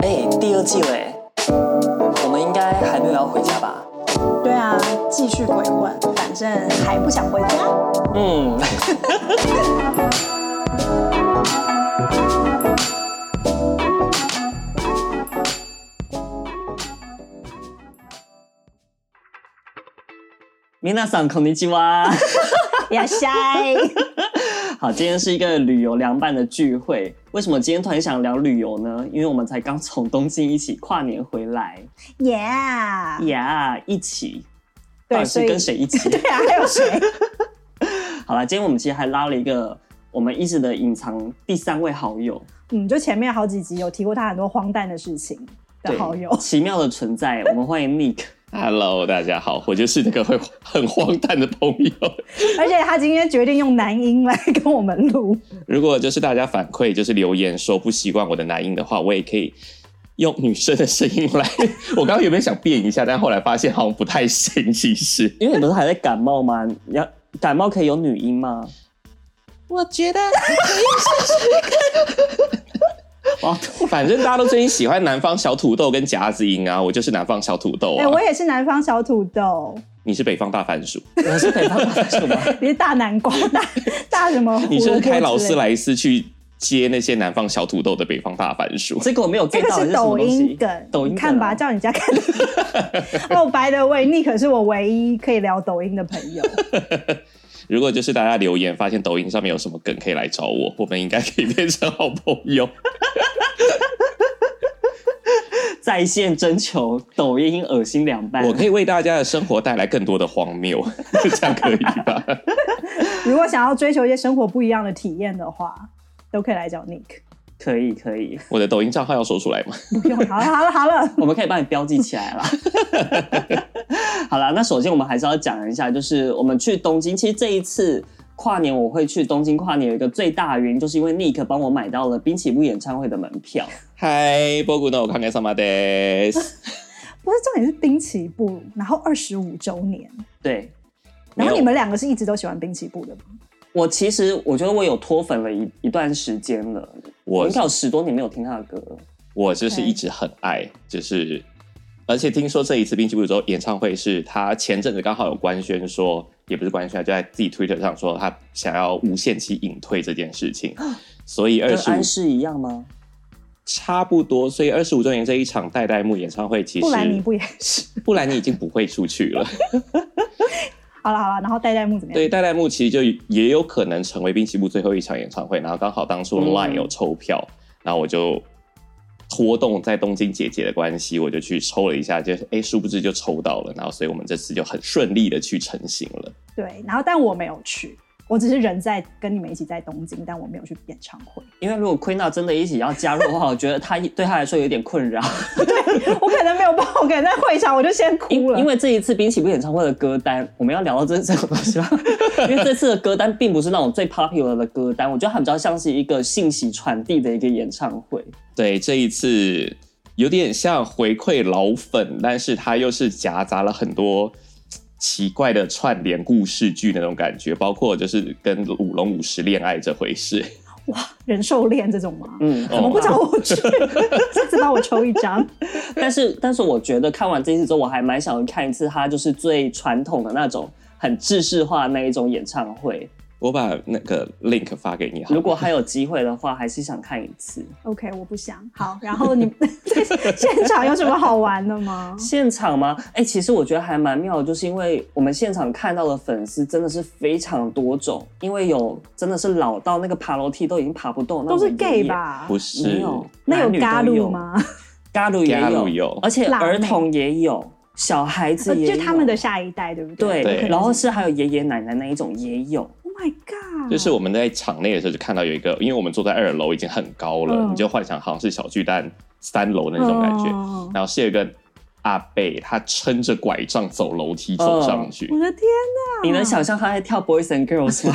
哎、第二季嘞，我们应该还没有要回家吧？对啊，继续鬼混，反正还不想回家。 嗯，米娜桑孔尼基哇！呀塞，好，今天是一个旅游凉拌的聚会。为什么今天突然想聊旅游呢？因为我们才刚从东京一起跨年回 来， yeah，呀、一起，嗯到对，底所是以跟谁一起？ 对啊，还有谁？好了，今天我们其实还拉了一个我们一直的隐藏第三位好友，嗯，就前面好几集有提过他很多荒诞的事情的好友，奇妙的存在，我们欢迎 Nick。 Hello，大家好，我就是那个会很荒诞的朋友。 而且他今天决定用男音来跟我们录。如果就是大家反馈，就是留言说不习惯我的男音的话，我也可以用女生的声音来。我刚刚有没有想变一下，但后来发现好像不太行。其实， 因为你不是还在感冒吗？你要感冒可以有女音吗？我觉得， 哇，反正大家都最近喜欢南方小土豆跟夹子音啊，我就是南方小土豆哎、啊。我也是南方小土豆，你是北方大番薯，我是北方大薯 吗？你是大南瓜， 大大什么？你就是开劳斯来。莱斯去接那些南方小土豆的北方大番薯。这个我没有这 get 个到，是什么抖东西音梗，抖音你梗啊看吧，叫你 家看。哦，白的喂，你可是我唯一可以聊抖音的朋友。如果就是大家留言发现抖音上面有什么梗，可以来找我，我们应该可以变成好朋 友。在线征求抖音恶心凉拌。我可以为大家的生活带来更多的荒谬， 这样可以吧？ 如果想要追求一些生活不一样的体验的话，都可以来找 Nick。可以可以，我的抖音账号要说出来吗？不用，好了，好了，好了。我们可以帮你标记起来了。 好啦，那首先我们还是要讲一下，就是我们去东京，其实这一次。跨年我会去东京跨年，有一个最大的原因就是因为 Nick 帮我买到了滨崎步演唱会的门票。嗨，波古诺，我看看什么的？不是重点是滨崎步，然后二十五周年，对然没后有你们两个是一直都喜欢滨崎步的吗？我其实我觉得我有脱粉了一一段时间了，我我应该有十多年没有听他的歌了。我就是一直很爱，就是而且听说这一次滨崎步之后演唱会是他前阵子刚好有官宣说，也不是官宣，就在自己推特上说他想要无限期隐退这件事 情，所以二跟十五安室一样吗？差不多，所以二十五周年这一场代代木演唱会其实布兰妮不也？ 布兰妮已经不会出去 了。好了好了，然后代代木怎么样？对，代代木其实就也有可能成为滨崎步最后一场演唱会，然后刚好当初嗯 LINE 有抽票，然后我就拖动在东京姐姐的关系，我就去抽了一下，就是哎，殊不知就抽到了，然后所以我们这次就很顺利的去成型了。对，然后但我没有去，我只是人在跟你们一起在东京，但我没有去演唱会。因为如果 Queen 真的一起要加入的话，我觉得他对他来说有点困扰，我可能没有办法，我可能在会场我就先因哭了，因为这一次滨崎步演唱会的歌单，我们要聊到这这种东 西吗？因为这次的歌单并不是那种最 popular 的歌单，我觉得它比较像是一个信息传递的一个演唱会。对，这一次有点像回馈老粉，但是它又是夹杂了很多。奇怪的串联故事剧那种感觉，包括就是跟舞龙舞狮恋爱这回事，人兽恋这种吗？嗯，怎么不找我去？下次帮我抽一张。但是，但是我觉得看完这一次之后，我还蛮想看一次他就是最传统的那种很制式化的那一种演唱会。我把那个 link 发给你好了。如果还有机会的话，还是想看一次。 OK，我不想。好，然后你 现场有什么好玩的吗？现场吗？哎、其实我觉得还蛮妙的，就是因为我们现场看到的粉丝真的是非常多种，因为有真的是老到那个爬楼梯都已经爬不动，都是 gay？吧？不是，没有，那有嘎嘎路？吗？嘎鲁也加入有，有而且辣妹儿童也有，小孩呃子也有，就他们的下一代，对不对，对？有可能然后是还有爷爷奶奶那一种也有， Oh my God，就是我们在场内的时候就看到有一个，因为我们坐在二楼已经很高了，嗯你就幻想好像是小巨蛋三楼的那种感觉，嗯哦然后是有一个阿贝，他撑着拐杖走楼梯走上嗯去，我的天哪！你能想象他在跳 Boys and Girls 吗？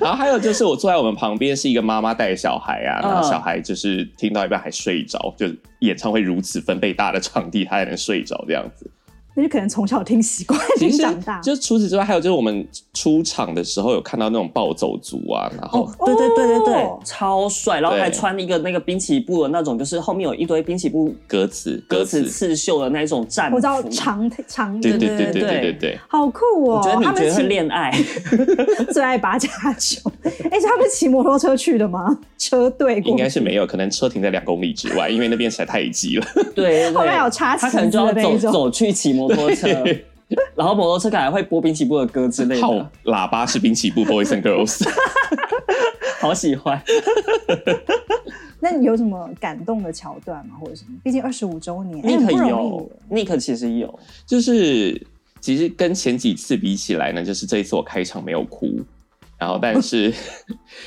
然后还有就是我坐在我们旁边是一个妈妈带小孩啊，嗯然后小孩就是听到一半还睡着，就演唱会如此分贝大的场地他还能睡着这样子，那就可能从小听习惯，其听实长大。就除此之外，还有就是我们出场的时候有看到那种暴走族啊，然后、 对对对对对哦，超帅，然后对还穿一个那个滨崎步的那种，就是后面有一堆滨崎步歌词歌词词，刺袖的那种战服。我知道长长对的，对对对对对对对对，好酷我哦！觉得你他们觉得会骑恋 爱，最爱八加九， 哎，是他们骑摩托车去的吗？ 车队过应该是没有，可能车停在两公里之外，因为那边实在太挤了。对对后面有对，插旗他可能子就的要那走一种，走去骑摩托车，然后摩托车可能还会播滨崎步的歌之类好的，，喇叭是滨崎步 Boys and Girls，好喜欢。那你有什么感动的桥段吗？或者什么？毕竟二十五周年，哎，很 Nick 不容有，Nick 其实有，就是其实跟前几次比起来呢，就是这一次我开场没有哭。然后，但是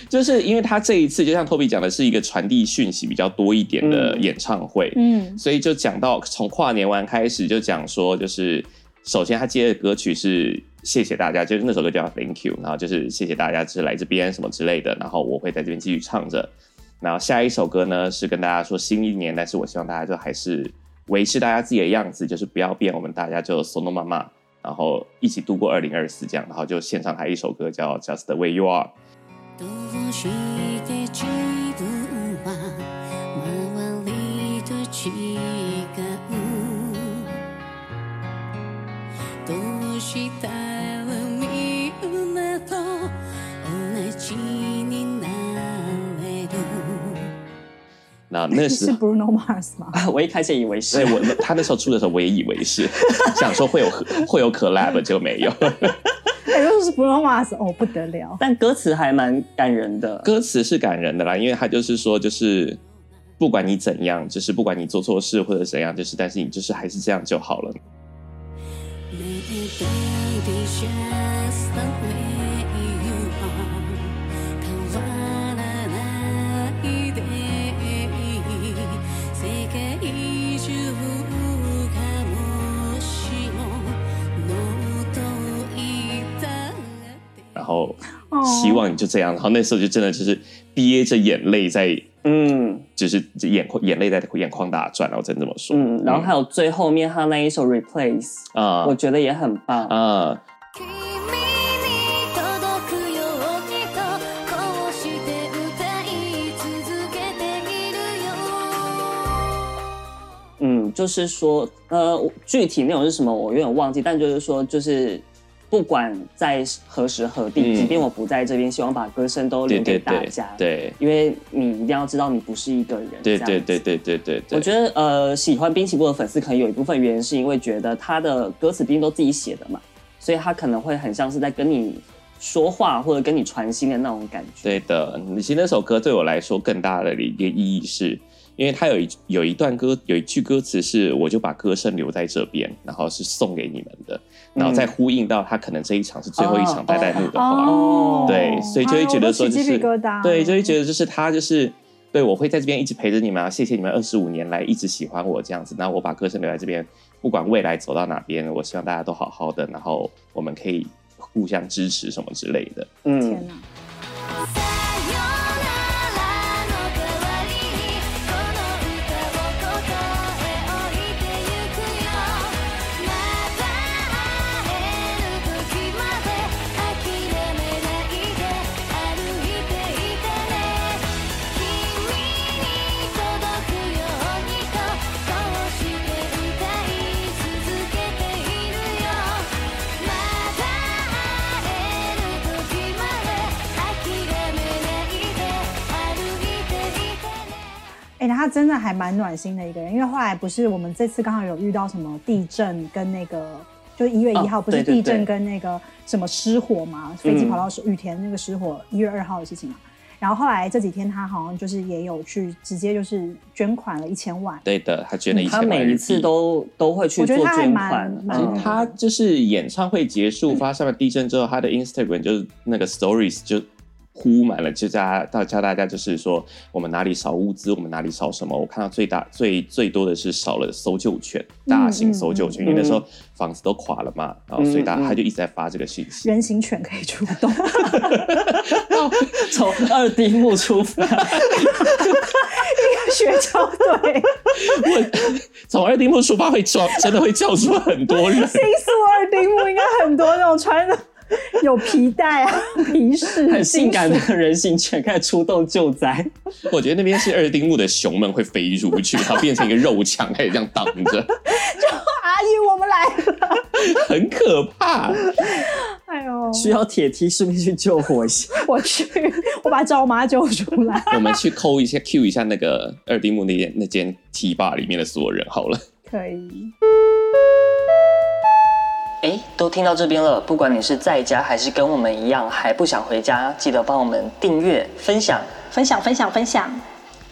就是因为他这一次，就像托比讲的，是一个传递讯息比较多一点的嗯演唱会，易。嗯，所以就讲到从跨年完开始就讲说，就是首先他接的歌曲是谢谢大家，就是那首歌叫 Thank You，然后就是谢谢大家，就是来这边什么之类的，然后我会在这边继续唱着。然后下一首歌呢是跟大家说新一年，但是我希望大家就还是维持大家自己的样子，就是不要变，我们大家就 Sono 妈妈，然后一起度过二零二四这样，然后就献上他一首歌叫 Just the Way You Are。どうして自分は周りと違うどうしたらみんなと同じになれる那那时是候 Bruno Mars 吗？ 啊我一开始也以为是所以，我他那时候出的时候，我也以为是 想说会有会有 collab，结果没有。哎，如果是 Bruno Mars，哦，不得了。但歌词还蛮感人的。歌词是感人的啦，因为他就是说，就是不管你怎样，就是不管你做错事或者怎样，就是但是你就是还是这样就好了。 May it be just the way you are 変わらないで世界中がもしものといた然ら后哦希望你就这样，然后那时候就真的就是憋着眼泪在，嗯就是眼眶眼泪在眼眶打转，然后真这么说。嗯，然后还有最后面他那一首 Replace，啊我觉得也很棒。啊，君に届くようにとこうして歌い続けているよ嗯，就是说，呃，我具体内容是什么我有点忘记，但就是说，就是不管在何时何地，嗯即便我不在这边，希望把歌声都对留对给大对家。对因为你一定要知道，你不是一个人。对这样对子对对对对对，我觉得呃，喜欢滨崎步的粉丝可能有一部分原因是因为觉得他的歌词毕竟都自己写的嘛，所以他可能会很像是在跟你说话或者跟你传心的那种感觉。对的，嗯其实那首歌对我来说更大的一个意义是，因为它有一有一段歌有一句歌词是“我就把歌声留在这边”，然后是送给你们的，然后再呼应到他可能这一场是最后一场嗯哦拜拜幕的话，哦，对，所以就会觉得说就哎我都起鸡是、皮疙瘩，对，就会觉得就是他就是对我会在这边一直陪着你们啊，谢谢你们二十五年来一直喜欢我这样子，那我把歌声留在这边，不管未来走到哪边，我希望大家都好好的，然后我们可以互相支持什么之类的。嗯天，哪， 「さよならの代わりにこの歌を歌へ置いてゆくよ」「また会える時まで諦めないで歩いていてね」「君に届くようにとこうして歌い続けているよ」「また会える時まで諦めないで歩いていてね」哎，他真的还蛮暖心的一个人，因为后来不是我们这次刚好有遇到什么地震跟那个。就一月一号哦不是对对地震对跟那个什么失火嘛，飞机跑到嗯手羽田那个失火一月二号的事情嘛。然后后来这几天他好像就是也有去直接就是捐款了一千万，对的，他捐了一千他万日币，嗯每一次都都会去我做觉得他还捐蛮款，蛮嗯那个他就是演唱会结束发生了地震之后，他的 Instagram 就是那个 Stories 就呼满了，就叫大家教大家就是说我们哪里少物资，我们哪里少什么。我看到最大最最多的是少了搜救犬，大型搜救犬，嗯因为那时候房子都垮了嘛，然后所以大嗯嗯他就一直在发这个信息。人形犬可以出动。从二丁目出发，学校 队，从二丁目出发会叫，真的会叫出很多人。新宿二丁目应该很多那种穿的有皮带啊、皮饰，很性感的人形犬开始出动救灾。我觉得那边是二丁目的熊们会飞出去，然后变成一个肉墙，开始这样挡着，阿姨，我们来了。很可怕。哎呦，需要铁梯顺便去救火一下。我去， 我把赵妈救出来。 我们去抠一下 Q 一下那个二丁目那间那间 T bar 里面的所有人好了。可以，哎，都听到这边了，不管你是在家还是跟我们一样还不想回家，记得帮我们订阅、分享、分享分享分享，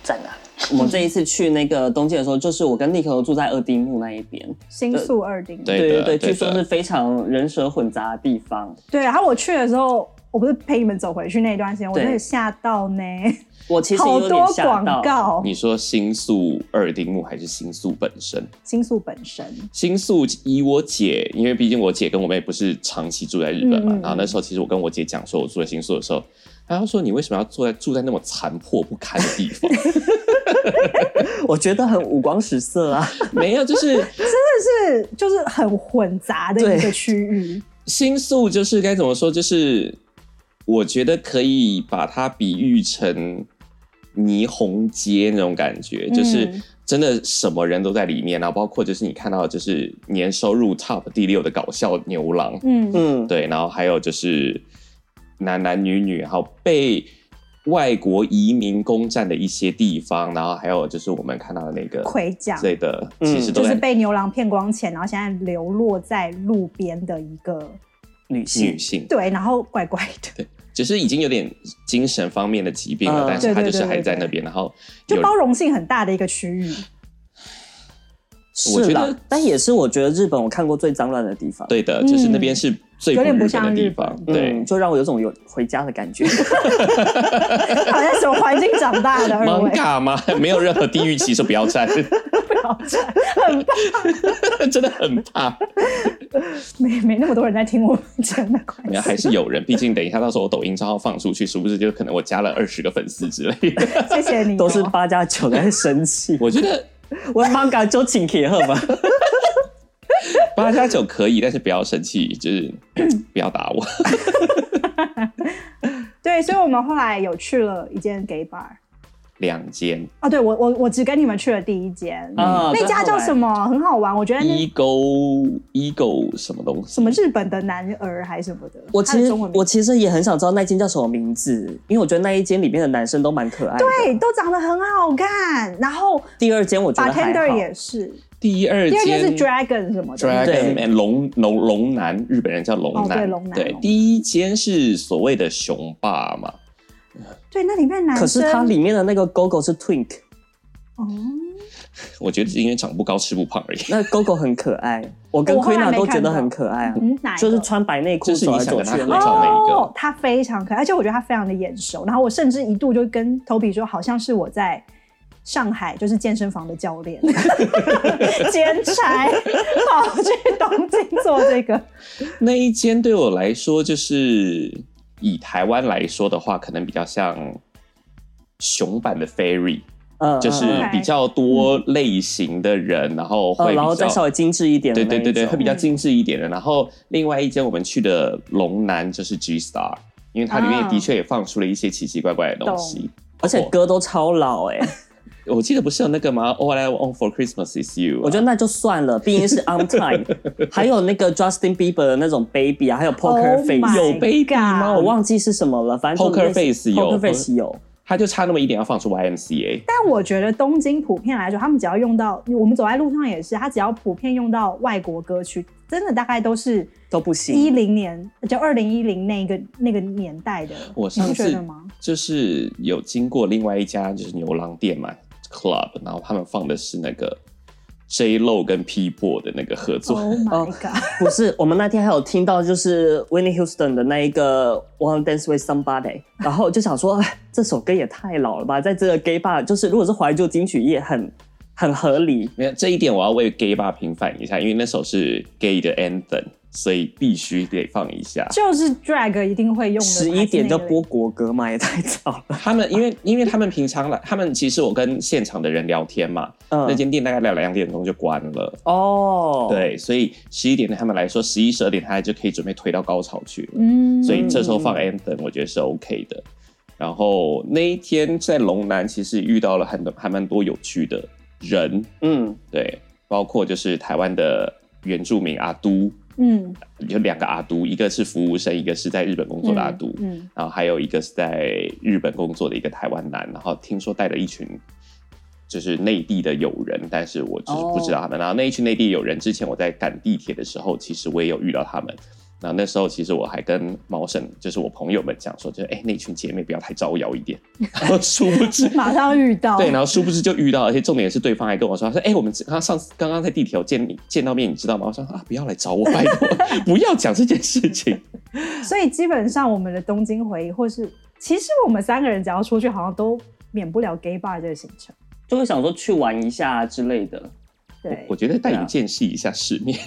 赞啊！我这一次去那个东京的时候，就是我跟尼克都住在二丁目那一嗯边，新宿二丁目。对对的对，对据的说是非常人蛇混杂的地方。对，然后我去的时候，我不是陪你们走回去那段时间，我对真的吓到呢，我其实好有多点吓广到，告。你说新宿二丁目还是新宿本身？新宿本身，新宿以我姐，因为毕竟我姐跟我妹不是长期住在日本嘛，嗯嗯嗯然后那时候其实我跟我姐讲说我住在新宿的时候，她就说你为什么要住在住在那么残破不堪的地方？ 我觉得很五光十色啊。没有，就是真的是就是很混杂的一个对区域。新宿就是该怎么说，就是我觉得可以把它比喻成霓虹街那种感觉，嗯就是真的什么人都在里面，然后包括就是你看到的就是年收入 top 第六的搞笑牛郎，嗯，嗯，对，然后还有就是男男女女，然后被外国移民攻占的一些地方，然后还有就是我们看到的那个盔甲之类的，嗯其实都就是在被牛郎骗光钱，然后现在流落在路边的一个女性女性，对，然后怪怪的，只是已经有点精神方面的疾病了，嗯但是他对对就是对还对在对那边，然后有就包容性很大的一个区域。我是觉啦得，但也是我觉得日本我看过最脏乱的地方。对的，就是那边是最有不点日不本像的日地本方，嗯对。就让我有种有回家的感觉。 好像什么环境长大 的二位， manga 吗？ 没有任何地域歧视，不要站， 很棒，真的很怕。 没没那么多人在听我们真的关没有，系，还是有人，毕竟等一下到时候我抖音账号放出去，殊不知就可能我加了二十个粉丝之类的。，谢谢你哦、都是八加九在生气 我觉得我 manga 就请帖 好吧。八加九可以，但是不要生气，就是 不要 打我。对，所以我们后来有去了一间 gay bar。两间哦，对我我我只跟你们去了第一间，啊那家叫什？么？很好玩，我觉得那 ego ego 什么东西？什么日本的男儿还是什么的，我它其的实中文名我其实也很想知道那间叫什么名字，因为我觉得那一间里面的男生都蛮可爱的。对，，都长得很好看，然后第二间我觉得还 bartender 好。也是，第二第二间间是 dragon 什么的 Dragon 对 Man 龙龙龙男，日本人叫龙哦对男。龙男龙男第一间是所谓的雄霸嘛，对，那里面男生可是它里面的那个 GoGo 是 Twink，哦，我觉得是因为长不高吃不胖而已。 那 GoGo 很可爱，我跟我后来 Quina 没都觉看得到很可爱啊，嗯，哪一就是个穿白内裤啊就是走你来走想跟他去的合那照种。那一个哦，他非常可爱，而且我觉得他非常的眼熟。然后我甚至一度就跟 Toby 说，好像是我在上海就是健身房的教 练兼差，跑去东京做这个。那一间对我来说，就是以台湾来说的话，可能比较像熊版的 Fairy，嗯，就是嗯嗯 OK 比较多类型的人，然后会嗯比然后再稍较。微精致一点的对那对一种。对对，会比较嗯精致一点的。然后另外一间我们去的龙南就是 G Star，因为它里面啊的确也放出了一些奇奇怪怪的东西。而哦且歌都超老哎、我记得不是有那个吗？All I want for Christmas is you 啊、我觉得那就算了，毕竟是 on time，还有那个 Justin Bieber 的那种 Baby 啊，还有 Poker Oh Face，、 my 有 baby God 吗我忘记是什么了，反正就 Poker 类似 Face 有 Poker Face 有，他就差那么一点要放出 YMCA。但我觉得东京普遍来说，他们只要用到，我们走在路上也是，他只要普遍用到外国歌曲，真的大概都是都不一行。零年，就二零一零那个那个年代的。我你上不觉次得吗？就是有经过另外一家就是牛郎店嘛 club，然后他们放的是那个 J Lo 跟 P Bo 的那个合作。 Oh my 哦 god！不是，我们那天还有听到就是 Winnie Houston 的那一个 Wanna Dance with Somebody，然后就想说哎这首歌也太老了吧，在这个 gay bar 就是如果是怀旧金曲也很很合理。没有这一点，我要为 gay 吧平反一下，因为那首是 gay 的 anthem，所以必须得放一下。就是 drag 一定会用的，十一点就播，国歌嘛，也太早了。他们因为因为他们平常来，他们其实我跟现场的人聊天嘛，那嗯，间店大概到两点钟就关了。哦，，对，所以十一点对他们来说，十一十二点他就可以准备推到高潮去了。嗯，所以这时候放 anthem 我觉得是 OK 的。然后那一天在龙南，其实遇到了很多还蛮多有趣的人，嗯，对，包括就是台湾的原住民阿都，嗯有两个阿都，一个是服务生，一个是在日本工作的阿都，嗯，然后还有一个是在日本工作的一个台湾男，然后听说带了一群就是内地的友人，但是我就是不知道他们。然后那一群内地友人，之前我在赶地铁的时候，其实我也有遇到他们。然后那时候其实我还跟毛婶，就是我朋友们讲说，就是哎、那群姐妹不要太招摇一点。然后殊不知 嗯，马上遇到， 对，然后殊不知就遇到，而且重点是对方还跟我说，他说：“哎、我们他上次刚刚在地铁有见你见到面，你知道吗？”我说：“啊，不要来找我，拜托，不要讲这件事情。所以基本上我们的东京回忆，或是其实我们三个人只要出去，好像都免不了 gay bar 这个行程。就会想说去玩一下之类的。我”对我，觉得带你见识一下世面，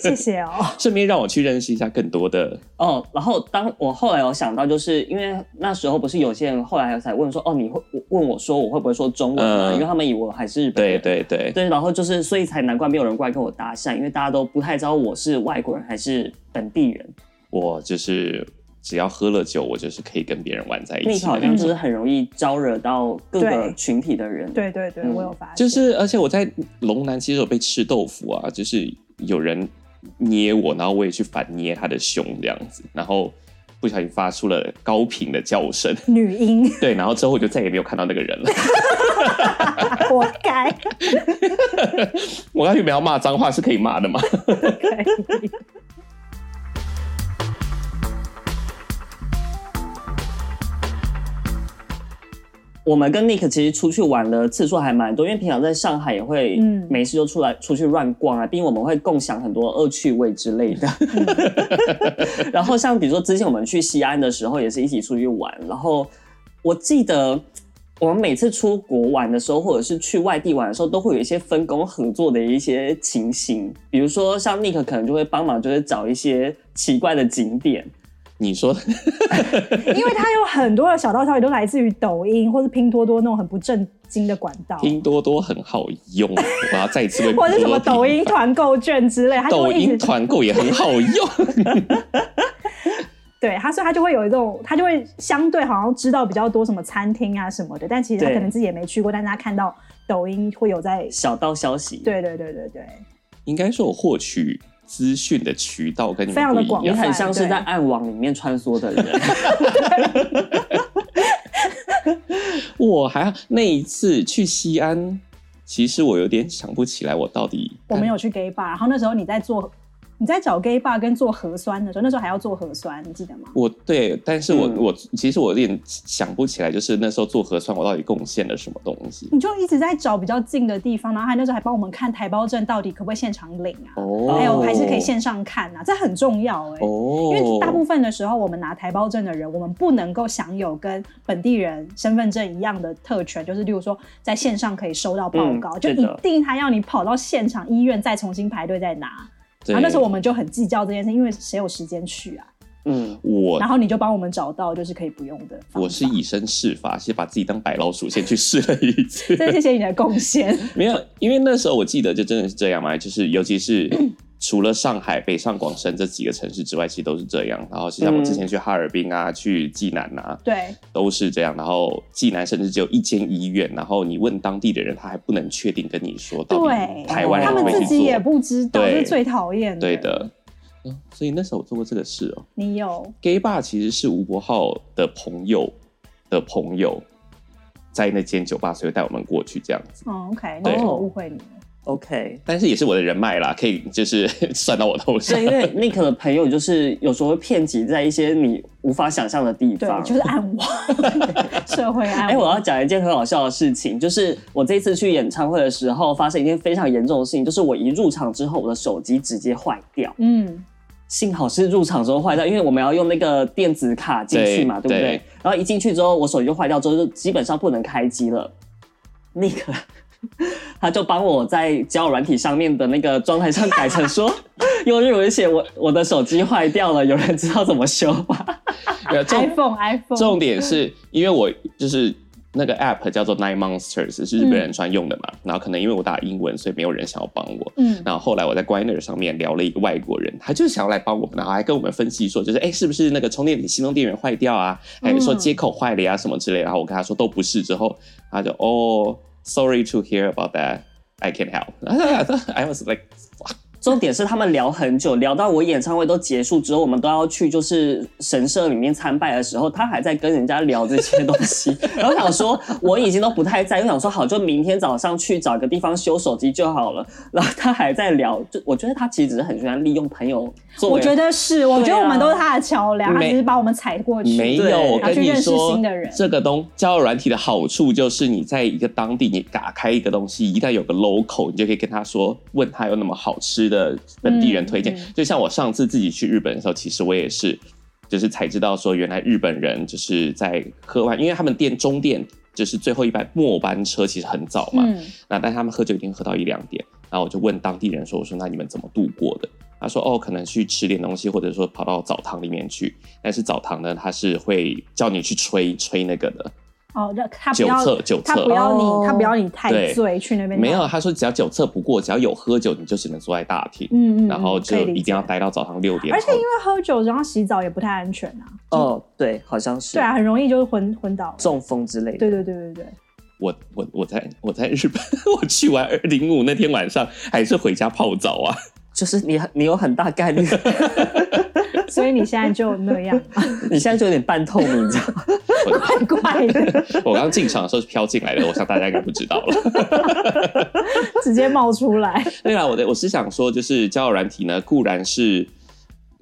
谢谢哦。顺便让我去认识一下更多的。哦，然后当我后来有想到，就是因为那时候不是有些人后来才问说，哦，你会问我说我会不会说中文啊？嗯因为他们以为我还是日本对人。对对，对，然后就是，所以才难怪没有人过来跟我搭讪，因为大家都不太知道我是外国人还是本地人。我就是只要喝了酒，我就是可以跟别人玩在一你起。好像就是很容易招惹到各个对群体的人。，对对对，嗯我有发现，就是，而且我在龙南其实有被吃豆腐啊，就是有人捏我，然后我也去反捏他的胸这样子，然后不小心发出了高频的叫声。 女音，对，然后之后我就再也没有看到那个人了。 活该。我刚原本要骂脏话是可以骂的嘛？对我们跟 Nick 其实出去玩的次数还蛮多，因为平常在上海也会嗯没事就出来、出去乱逛啊，毕竟我们会共享很多恶趣味之类 的。然后像比如说之前我们去西安的时候，也是一起出去玩，然后我记得。我们每次出国玩的时候，或者是去外地玩的时候，都会有一些分工合作的一些情形。比如说，像 Nick 可能就会帮忙，就是找一些奇怪的景点，你说，因为它有很多的小道消息都来自于抖音或是拼多多那种很不正经的管道，拼多多很好用， 我要再一次为拼或多者是多什么平抖音团购券之类，它就抖会一直音团购也很好用。对他，所以他就会有一种，他就会相对好像知道比较多什么餐厅啊什么的，但其实他对可能自己也没去过，但是他看到抖音会有在，小道消息。，对对对对对，应该说，我获取资讯的渠道跟你非常们地不一广也样。很像是对在暗网里面穿梭的人。 我还好那一次去西安，其实我有点想不起来我到底我们有去 gay bar，然后那时候你在做，你在找 gay bar 跟做核酸的时候，那时候还要做核酸，你记得吗？我对，但是我、嗯我其实我有点想不起来，就是那时候做核酸我到底贡献了什么东 西。你就一直在找比较近的地方，然后还那时候还帮我们看台胞证到底可不可以现场领啊，哦，还有还是可以线上看啊，这很重要哎、哦，因为大部分的时候，我们拿台胞证的人，我们不能够享有跟本地人身份证一样的特权，就是例如说在线上可以收到报告，嗯就一是的定他要你跑到现场医院再重新排队再拿。对然啊后那时候我们就很计较这件事，因为谁有时间去啊？嗯，我然后你就帮我们找到就是可以不用的方法。我是以身试法，先把自己当白老鼠，先去试了一 次。真的谢谢你的贡 献。没有，因为那时候我记得就真的是这样嘛，就是尤其是 除了上海、北上广深这几个城市之外，其实都是这样。然后像我之前去哈尔滨嗯啊，去济南啊，对，都是这样。然后济南甚至只有一间医院，然后你问当地的人，他还不能确定跟你说到对底台湾人他会们不会自去己也做。不知道，这对是最讨厌的。对，的。嗯所以那时候我做过这个事哦、你有 gay bar 其实是吴伯浩的朋友的朋友在那间酒吧，所以带我们过去这样子。哦，OK，对那我误会你了。 OK，但是也是我的人脉啦，可以就是 算到我头上对，。因为 Nick 的朋友就是有时候会骗及在一些你无法想象的地对，方。就是暗 网，社会暗网。哎、我要讲一件很好笑的事情，就是我这次去演唱会的时候，发生一件非常严重的事情，就是我一入场之后，我的手机直接坏掉。嗯，幸好是入场之后坏掉，因为我们要用那个电子卡进去嘛，对对不对对？然后一进去之后，我手机就坏掉，之后就基本上不能开机了。Nick 他就帮我在交友软体上面的那个状态上改成说 用日文写我我的手机坏掉了，有人知道怎么修吗？没有重 iPhone iPhone 重点是因为我就是那个 app 叫做 Nine Monsters 是日本人专用的嘛，嗯然后可能因为我打英文，所以没有人想要帮我。嗯，然后后来我在 Grindr 上面聊了一个外国人，他就是想要来帮我们，然后还跟我们分析说，就是哎，是不是那个充电器行动电源坏掉啊？还有说嗯接口坏了呀、什么之类的。然后我跟他说都不是，之后他就哦，sorry to hear about that。I can help. I was like，重点是他们聊很久，聊到我演唱会都结束之后，我们都要去就是神社里面参拜的时候，他还在跟人家聊这些东西。然后想说我已经都不太在意，又想说好就明天早上去找个地方修手机就好了。然后他还在聊，就我觉得他其实只是很喜欢利用朋友作为我觉得是，我觉得我们都是他的桥梁，他啊没只是把我们踩过去。没有，对我跟要去你认识说新的人，这个东交友软体的好处就是，你在一个当地，你打开一个东西，一旦有个 local，你就可以跟他说，问他有那么好吃的本地人推荐。嗯嗯就像我上次自己去日本的时候，其实我也是，就是才知道说，原来日本人就是在喝完，因为他们店中店就是最后一班末班车，其实很早嘛，嗯，那但他们喝酒一定喝到一两点，然后我就问当地人说：“我说那你们怎么度过的？”他说：“哦，可能去吃点东西，或者说跑到澡堂里面去。但是澡堂呢，他是会叫你去吹吹那个的哦，那他不酒要测，酒他不测。要哦你，他不要你太对醉去那边没闹有，，他啊说只要酒测不过，只要有喝酒，你就只能坐在大厅，嗯嗯，然后嗯可以就理一定要解待到早上六点。而且因为喝酒然后洗澡也不太安全啊，哦，对，好像是 对啊，很容易就是昏昏倒了。中风之类的。对对对对对，我我我在我在日本， 我去完二零五那天晚上还是回家泡澡啊。 就是你你有很大概率，所以你现在就那 样，你现在就有点半透明，你知道吗？我怪怪的，我刚进场的时候是飘进来的，我想大家应该不知道了。直接冒出来。对啊啦，我的我是想说，就是交友软体呢，固然是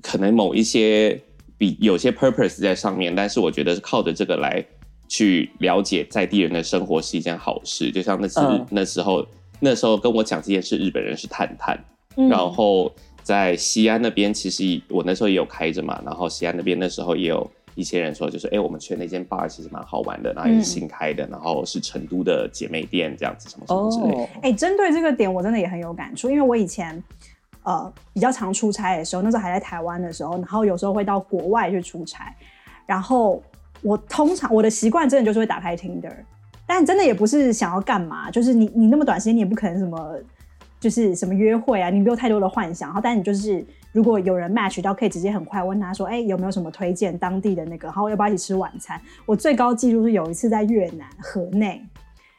可能某一些比有些 purpose 在上面，但是我觉得是靠着这个来去了解在地人的生活是一件好事。就像那次、嗯那时候，那时候跟我讲这件事，日本人是探探，嗯然后在西安那边，其实我那时候也有开着嘛，然后西安那边那时候也有一些人说，就是哎、诶我们去那间 bar 其实蛮好玩的，嗯然后也是新开的，然后是成都的姐妹店这样子什么什么之类的。哦，哎、针对这个点，我真的也很有感触，因为我以前呃比较常出差的时候，那时候还在台湾的时候，然后有时候会到国外去出差，然后我通常我的习惯真的就是会打开 Tinder，但真的也不是想要干嘛，就是你你那么短时间，你也不可能什么。就是什么约会啊，你没有太多的幻想，然后但你就是如果有人 match 到，可以直接很快问他说，哎、有没有什么推荐当地的那个，然后要不要一起吃晚餐？我最高纪录是有一次在越南河内，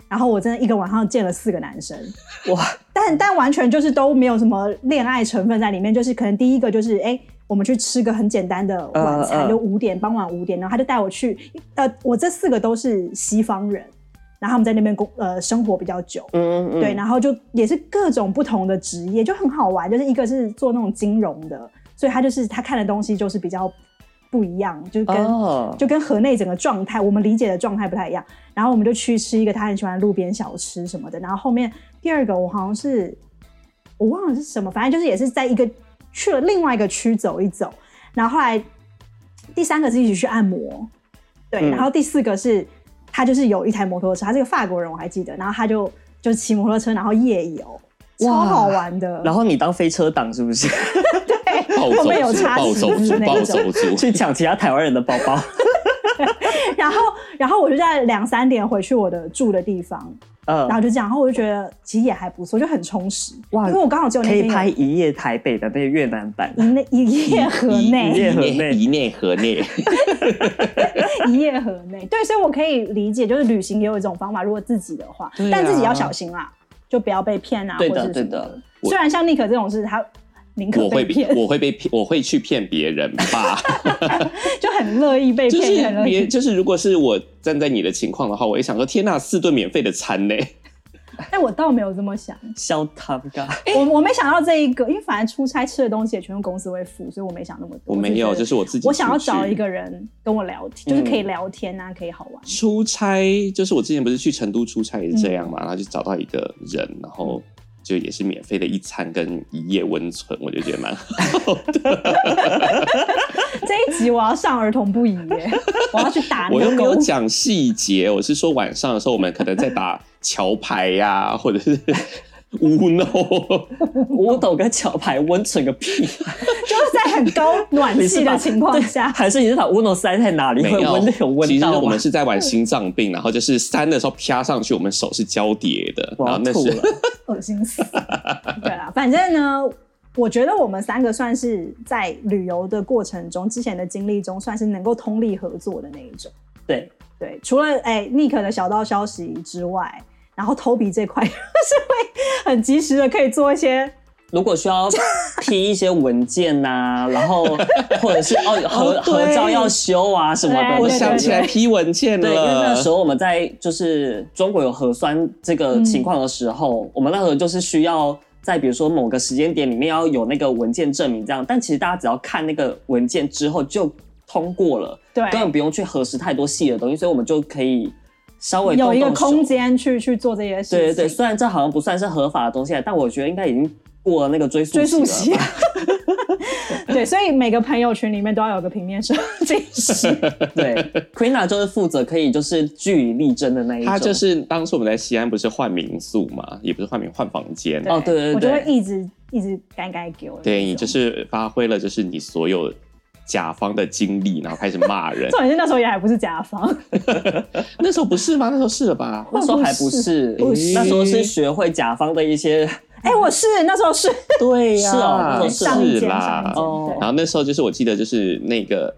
然后我真的一个晚上见了四个男生，哇，但但完全就是都没有什么恋爱成分在里面，就是可能第一个就是哎。我们去吃个很简单的晚餐嗯嗯就五点，傍晚五点，然后他就带我去，呃，我这四个都是西方人，然后他们在那边工呃生活比较久，嗯嗯，对，然后就也是各种不同的职业，就很好玩。就是一个是做那种金融的，所以他就是他看的东西就是比较不一样，就是跟、哦就跟河内整个状态我们理解的状态不太一样。然后我们就去吃一个他很喜欢的路边小吃什么的。然后后面第二个我好像是我忘了是什么，反正就是也是在一个去了另外一个区走一走。然后后来第三个是一起去按摩，对，嗯然后第四个是他就是有一台摩托车，他是个法国人我还记得，然后他就就骑摩托车然后夜游，超哇好玩的。然后你当飞车党是不 是？对，暴后走面有族，插暴旗走子族，那暴一种。走族，去抢其他台湾人的包包？ 然后然后我就在两三点回去我的住的地方，嗯然，后就这样，然后我就觉得其实也还不错，就很充实。哇因为我刚好只有那可天以有拍一夜台北的那个越南版。一内一夜河一夜内，河内一内河内。一夜河内。对，所以我可以理解，就是旅行也有一种方法，如果自己的话，对啊但自己要小心啦，就不要被骗啊，对的或者是什么对的。我虽然像尼可这种事，他宁 可我会被被骗，我会被骗，我会去骗别人 吧。就很乐意被就骗，是很乐别意。就是，如果是我站在你的情况的话，我也想说，天呐，四顿免费的餐呢？但哎我倒没有这么想，小汤 嘎，哎我我没想到这一个，因为反正出差吃的东西也全部公司会付，所以我没想那么多。我没有，就就是是我自己。嗯我想要找一。个人跟我聊天，就是可以聊天啊，可以好玩。出差就是我之前不是去成都出差也是嗯这样嘛，然后就找到一个人，然后就也是免费的一餐跟一夜温存，我就觉得蛮好的。这一集我要上儿童不 宜耶，我要去打那我又个没狗有。讲细节，我是说晚上的时候我们可能在打桥牌呀、或 者是乌诺，五斗跟桥牌温存个 屁！就是在很高暖你气是把的情况 下，还是你是把 Uno 塞在哪里没会有温有其温实到吗？啊我们是在玩心脏病，然后就是三的时候啪上去，我们手是交叠的，我然要后啊吐那是了。恶心死。对啦，反正呢，我觉得我们三个算是在旅游的过程中，之前的经历中，算是能够通力合作的那一种。对，对，除了哎、尼克的小道消息之外，然后 Toby 这块 就是会很及时的可以做一些如果需要批一些文件呐、然 后或者是哦合哦对合照要修啊什么对的，我对想起来批文件了，对，因为那时候我们在就是中国有核酸这嗯个情况的时候，我们那时候就是需要在比如说某个时间点里面要有那个文件证明这样，但其实大家只要看那个文件之后就通过了，对根本不用去核实太多细的东西，所以我们就可以稍微动有动一个手空。间去去做这些事情。对对对，虽然这好像不算是合法的东西，但我觉得应该已经过了那个追溯追溯期 了吧。。对，所以每个朋友群里面都要有个平面设计 师。对 q u e e n a 就是负责可以就是据以力争的那一种。他就是当初我们在西安不是换民宿嘛，也不是换民换房间，哦对对我就对会一直一直干干给我。对你就是发挥了就是你所有甲方的经历，然后开始骂人 重。点是那时候也还不是甲方，那时候不是吗？那时候是了吧？那时候还不是，不是那时候是学会甲方的一些哎、我是那时候是对是哦那时候上是一间上一啊啦间。哦然后那时候就是我记得就是那个，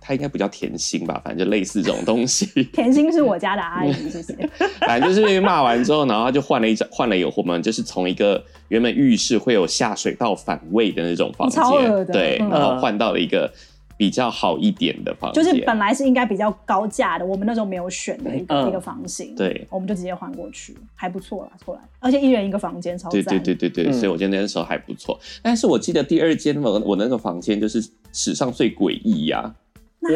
他应该不叫甜心吧，反正就类似这种东西。 甜心是我家的阿姨，谢谢。反正就是骂完之后，然后他就换了一张，换了有我们就是从一个原本浴室会有下水道反味的那种房间超恶，的对，嗯然后换到了一个比较好一点的房就间，是本来是应该比较高价的，我们那时候没有选的一个、嗯一个房型，对我们就直接换过去，还不错啦，后来，而且一人一个房间，超对赞。对对对嗯对，所以我觉得那时候还不错。但是我记得第二间我我那个房间就是史上最诡异啊呀、哪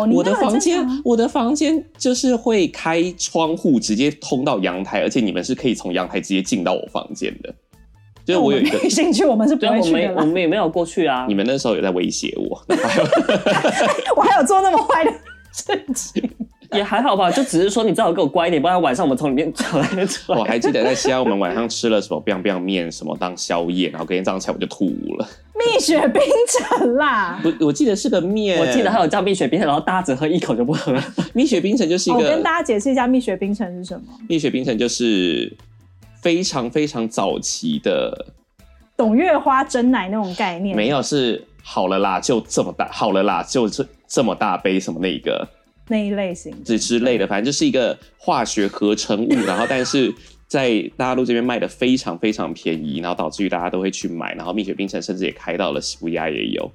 有？你我的嗯那个房间正常，啊我的房间就是会开窗户直接通到阳台，而且你们是可以从阳台直接进到我房间的。就是我有一那个我们没，兴趣，我们是不对啊，会我去的们我啦。们也没有过去啊你。们那时候有在威胁我，我还有做那么坏的事情，也还好吧，就只是说你最好给我乖一点，不然晚上我们从里面出来出我 来。还记得在西安，我们晚上吃了什么 biang biang 面，什么当宵夜，然后隔天早上起来我就吐了。蜜雪冰城 啦。我我记得是个面，我记得还有降冰雪冰，然后大家只喝一口就不喝了。蜜雪冰城就是一哦我跟个大家解释一下蜜雪冰城是什么，蜜雪冰城就是非常非常早期的，董月花蒸奶那种概念，没有是好了啦，就这么大，好了啦，就这这么大杯什么那个那一类型的。之之类的，反正就是一个化学合成物，然后但是。在大陆这边卖的非常非常便宜，然后导致于大家都会去买，然后蜜雪冰城甚至也开到了西伯利亚也有，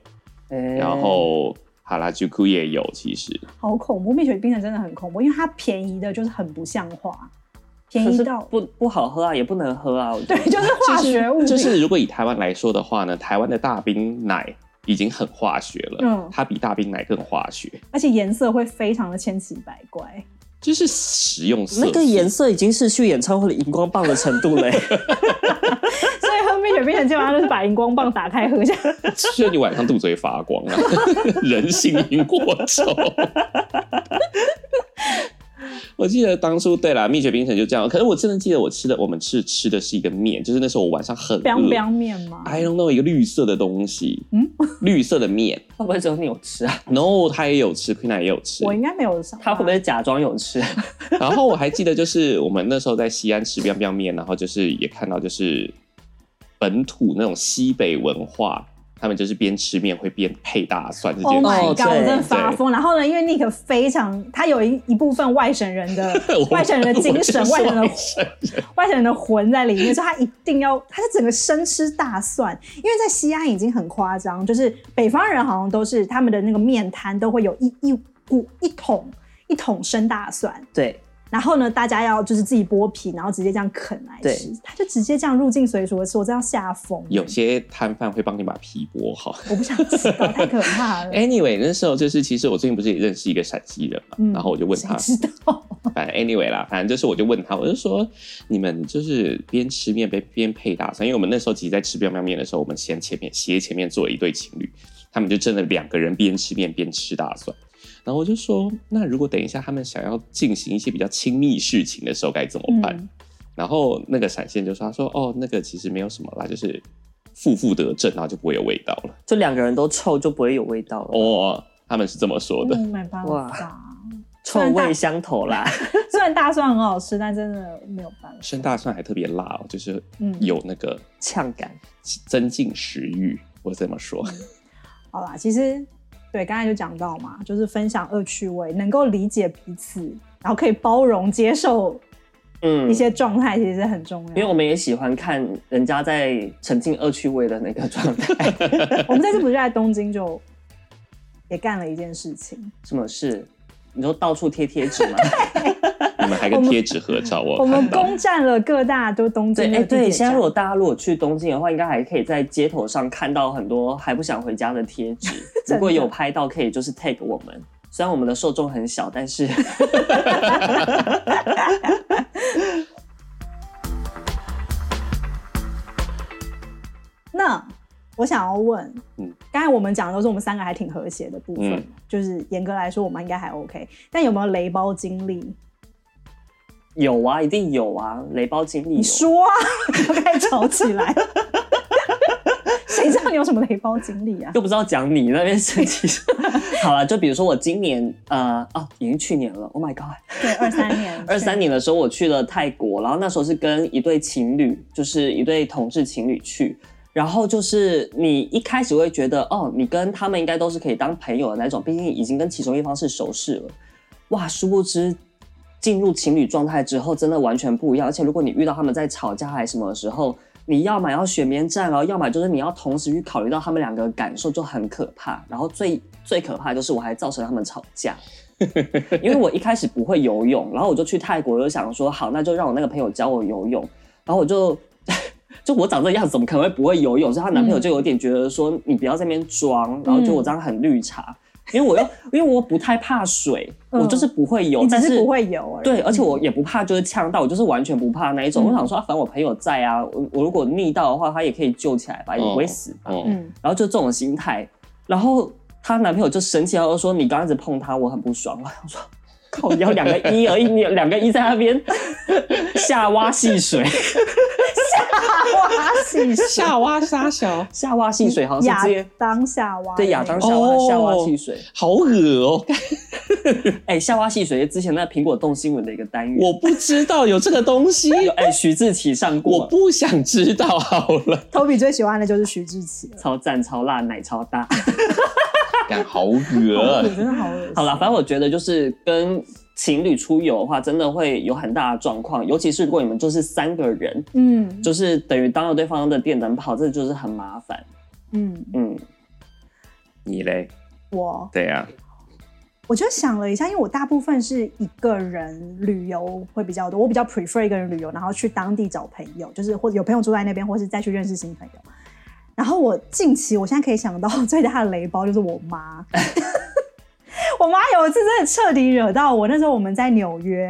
哎然后哈拉居库也有，其实好恐怖！蜜雪冰城真的很恐怖，因为它便宜的就是很不像话，哎便可宜是到不不好喝啊，也不能喝啊。我觉对 得，就是化学物理，就是如果以台湾来说的话呢，台湾的大冰奶已经很化学了，嗯它比大冰奶更化学，而且颜色会非常的千奇百怪。 就是食用色素那个颜色已经是去演唱会的荧光棒的程度 嘞、所以喝蜜雪冰城基本上就是把荧光棒打开喝下。 所以你晚上肚子会发光啊， 人性因果咒。 我记得当初对啦，蜜雪冰城就这样。可是我真的记得我吃的，我们吃吃的是一个面，就是那时候我晚上很饿 biang biang 面嘛，嗯 I don't know 一个绿色的东西，嗯，绿色的面。会不会只有你有吃啊？然后他也有吃，Queen 奶也有吃。我应该没有上。他会不会假装有吃？然后我还记得，就是我们那时候在西安吃 biang biang 面，然后就是也看到就是本土那种西北文化，他们就是边吃面会边配大蒜这 Oh 件事。 my 哦 god！我对真的发疯。然后呢，因为 Nick 非常，他有一一部分外省人 的我 外省人的精神我就，是外省人的外省外省人的魂在里面，所以他一定要，他是整个生吃大蒜。因为在西安已经很夸张，就是北方人好像都是他们的那个面摊都会有一一股一桶一桶生大蒜，对，然后呢，大家要就是自己剥皮，然后直接这样啃来吃对。他就直接这样入境随俗的吃，我真要吓疯。有些摊贩会帮你把皮剥好。我不想知道，太可怕 了。 Anyway，那时候就是，其实我最近不是也认识一个陕西人嘛，嗯然后我就问谁他，知道？反正 anyway 啦，反正就是我就问他，我就说你们就是边吃面边边配大蒜，因为我们那时候其实在吃 biang biang 面的时候，我们先前面斜前面坐了一对情侣，他们就真的两个人边吃面边吃大蒜，然后我就说，那如果等一下他们想要进行一些比较亲密事情的时候该怎么办？嗯然后那个闪现就说，他说哦，那个其实没有什么啦，就是负负得正，然后就不会有味道了。就两个人都臭就不会有味道了，哦，他们是这么说的。嗯没办哇法。臭味相投 啦。虽然大蒜很好吃，但真的没有办法。生大蒜还特别辣哦，就是嗯有那个呛感，增进食欲，我这么说。嗯好啦，其实对刚才就讲到嘛，就是分享恶趣味，能够理解彼此，然后可以包容接受嗯一，些状态，其实很重因为要。我们也喜欢看人家在沉浸恶趣味的那个状态。我们这次不是在东京就也干了一件事情，什么事？你说到处贴贴纸 吗？你们还跟贴纸合照，我我有们看到。攻占了各大都东京对，的哎，地铁对，现在站如果大家如果去东京的话，应该还可以在街头上看到很多还不想回家的贴 纸。的如果有拍到，可以就是 tag 我们。虽然我们的受众很小，但 是那我想要问，嗯嗯，刚才我们讲的都是我们三个还挺和谐的部分，嗯就是严格来说我们应该还 OK，但有没有雷包经历？有啊，一定有啊，雷包经历你有。说啊， 我开始吵起来。 谁知道你有什么雷包经历啊？又不知道讲你那边生气。 好了，就比如说我今年呃啊，已经去年了，Oh my god，对，二三年，二三年的时候我去了泰国，然后那时候是跟一对情侣，就是一对同志情侣去。然后就是你一开始会觉得，哦，你跟他们应该都是可以当朋友的那种，毕竟已经跟其中一方是熟识了。哇，殊不知进入情侣状态之后，真的完全不一样。而且如果你遇到他们在吵架还是什么的时候，你要么要选边站，然哦后要么就是你要同时去考虑到他们两个的感受，就很可怕。然后最最可怕的就是我还造成他们吵架。因为我一开始不会游泳，然后我就去泰国，我就想说好，那就让我那个朋友教我游泳，然后我就 就我长这样子，怎么可能会不会游泳？所以她男朋友就有点觉得说、你不要在那边装，然后就我这样很绿茶，因为我又因为我不太怕水，嗯我就是不会游，你只但是不会游而已。对，而且我也不怕，就是呛到，我就是完全不怕那一种。嗯我想说，啊反正我朋友在啊，我我如果溺到的话，他也可以救起来吧，也不会死吧。哦，嗯，然后就这种心态，然后她男朋友就生气，然后说你刚刚一直碰她，我很不爽。我 想说，靠，你要两个一而已，你有两个一在那 边下挖戏水，哇，细水夏娃沙小，下挖戏水好像亚是直接当夏娃，对亚当夏娃、哦下挖戏水，好恶哦！哎、下挖戏水是之前那苹果动新闻的一个单元，我不知道有这个 东西，哎、徐志奇上我过，不想知道。好了， Toby 最喜欢的就是徐志奇了。超赞超辣奶超大。干好好恶啊恶心真的好恶心。呃好了，反正我觉得就是跟情侣出游的话，真的会有很大的状况，尤其是如果你们就是三个人，嗯就是等于当了对方的电灯泡，这就是很麻烦。嗯，嗯， 你嘞？我对啊呀、我就想了一下，因为我大部分是一个人旅游会比较多，我比较 prefer 一个人旅游，然后去当地找朋友，就是或者有朋友住在那边，或是再去认识新朋友。然后我近期，我现在可以想到 最大的雷包就是我妈， 我妈有一次真的彻底惹到我。那时候我们在纽约，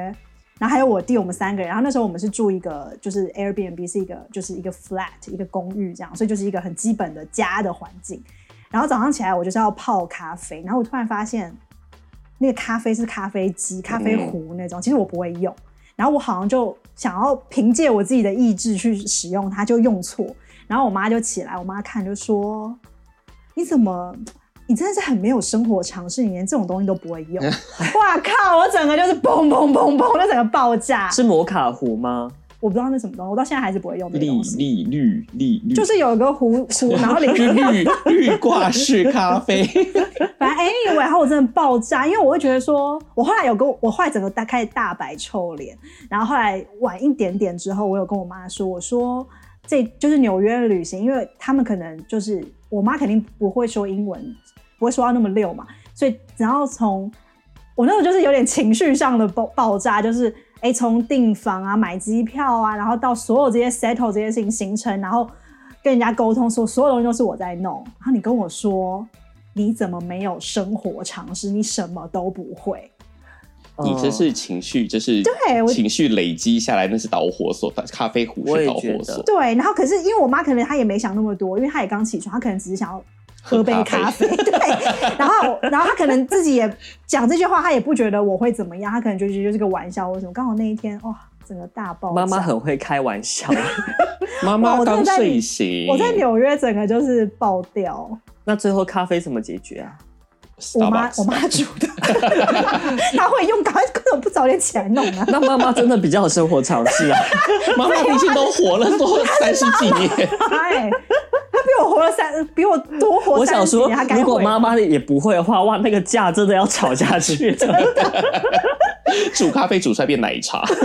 然后还有我弟，我们三个人。然后那时候我们是住一个就是 Airbnb，是一个就是一个 flat 一个公寓这样，所以就是一个很基本的家的环境。然后早上起来我就是要泡咖啡，然后我突然发现那个咖啡是咖啡机、咖啡壶那种，其实我不会用。然后我好像就想要凭借我自己的意志去使用它，就用错。然后我妈就起来，我妈看就说：“你怎么？”你真的是很没有生活常识，你连这种东西都不会用。哇靠！我整个就是嘣嘣嘣嘣，那整个爆炸。是摩卡壶吗？我不知道那什么东西，我到现在还是不会用这个利东西。利率利率就是有一个壶壶，然 后里面是绿 绿挂式咖啡，反正 anyway，然后我真的爆炸，因为我会觉得说，我后来有跟我我后来整个大开始大白臭脸，然后后来晚一点点之后，我有跟我妈说，我说这就是纽约的旅行，因为他们可能就是我妈肯定不会说英文，不会说到那么溜嘛，所以然后从我那时候就是有点情绪上的爆爆炸，就是哎，从订房啊、买机票啊，然后到所有这些 settle 这些事情行程，然后跟人家沟通说所有东西都是我在弄，然后你跟我说你怎么没有生活常识，你什么都不会，你这嗯是情绪，就是哦对我情绪累积下来，那是导火索，咖啡壶我是也导觉火得索。对，然后可是因为我妈可能她也没想那么多，因为她也刚起床，她可能只是想要喝杯咖啡，对，然后然后他可能自己也讲这句话，他也不觉得我会怎么样，他可能就觉得就是个玩笑或什么。刚好那一天，哇、整个大爆炸妈妈很会开玩笑。 妈哇妈我真的刚在睡醒，我在纽约整个就是爆掉，那最后咖啡怎么解决啊？我妈 Starbucks 我妈煮的， 她会用，赶快根本不早点起来弄啊！那妈妈真的比较有生活常识啊。妈妈毕竟都活了多啊三十几年，哎，她比我活了三，比 我多活我三想十说年，她，该如果会妈妈也不会的话，哇，那个架真的要吵架去了。煮咖啡煮出来变奶茶， 是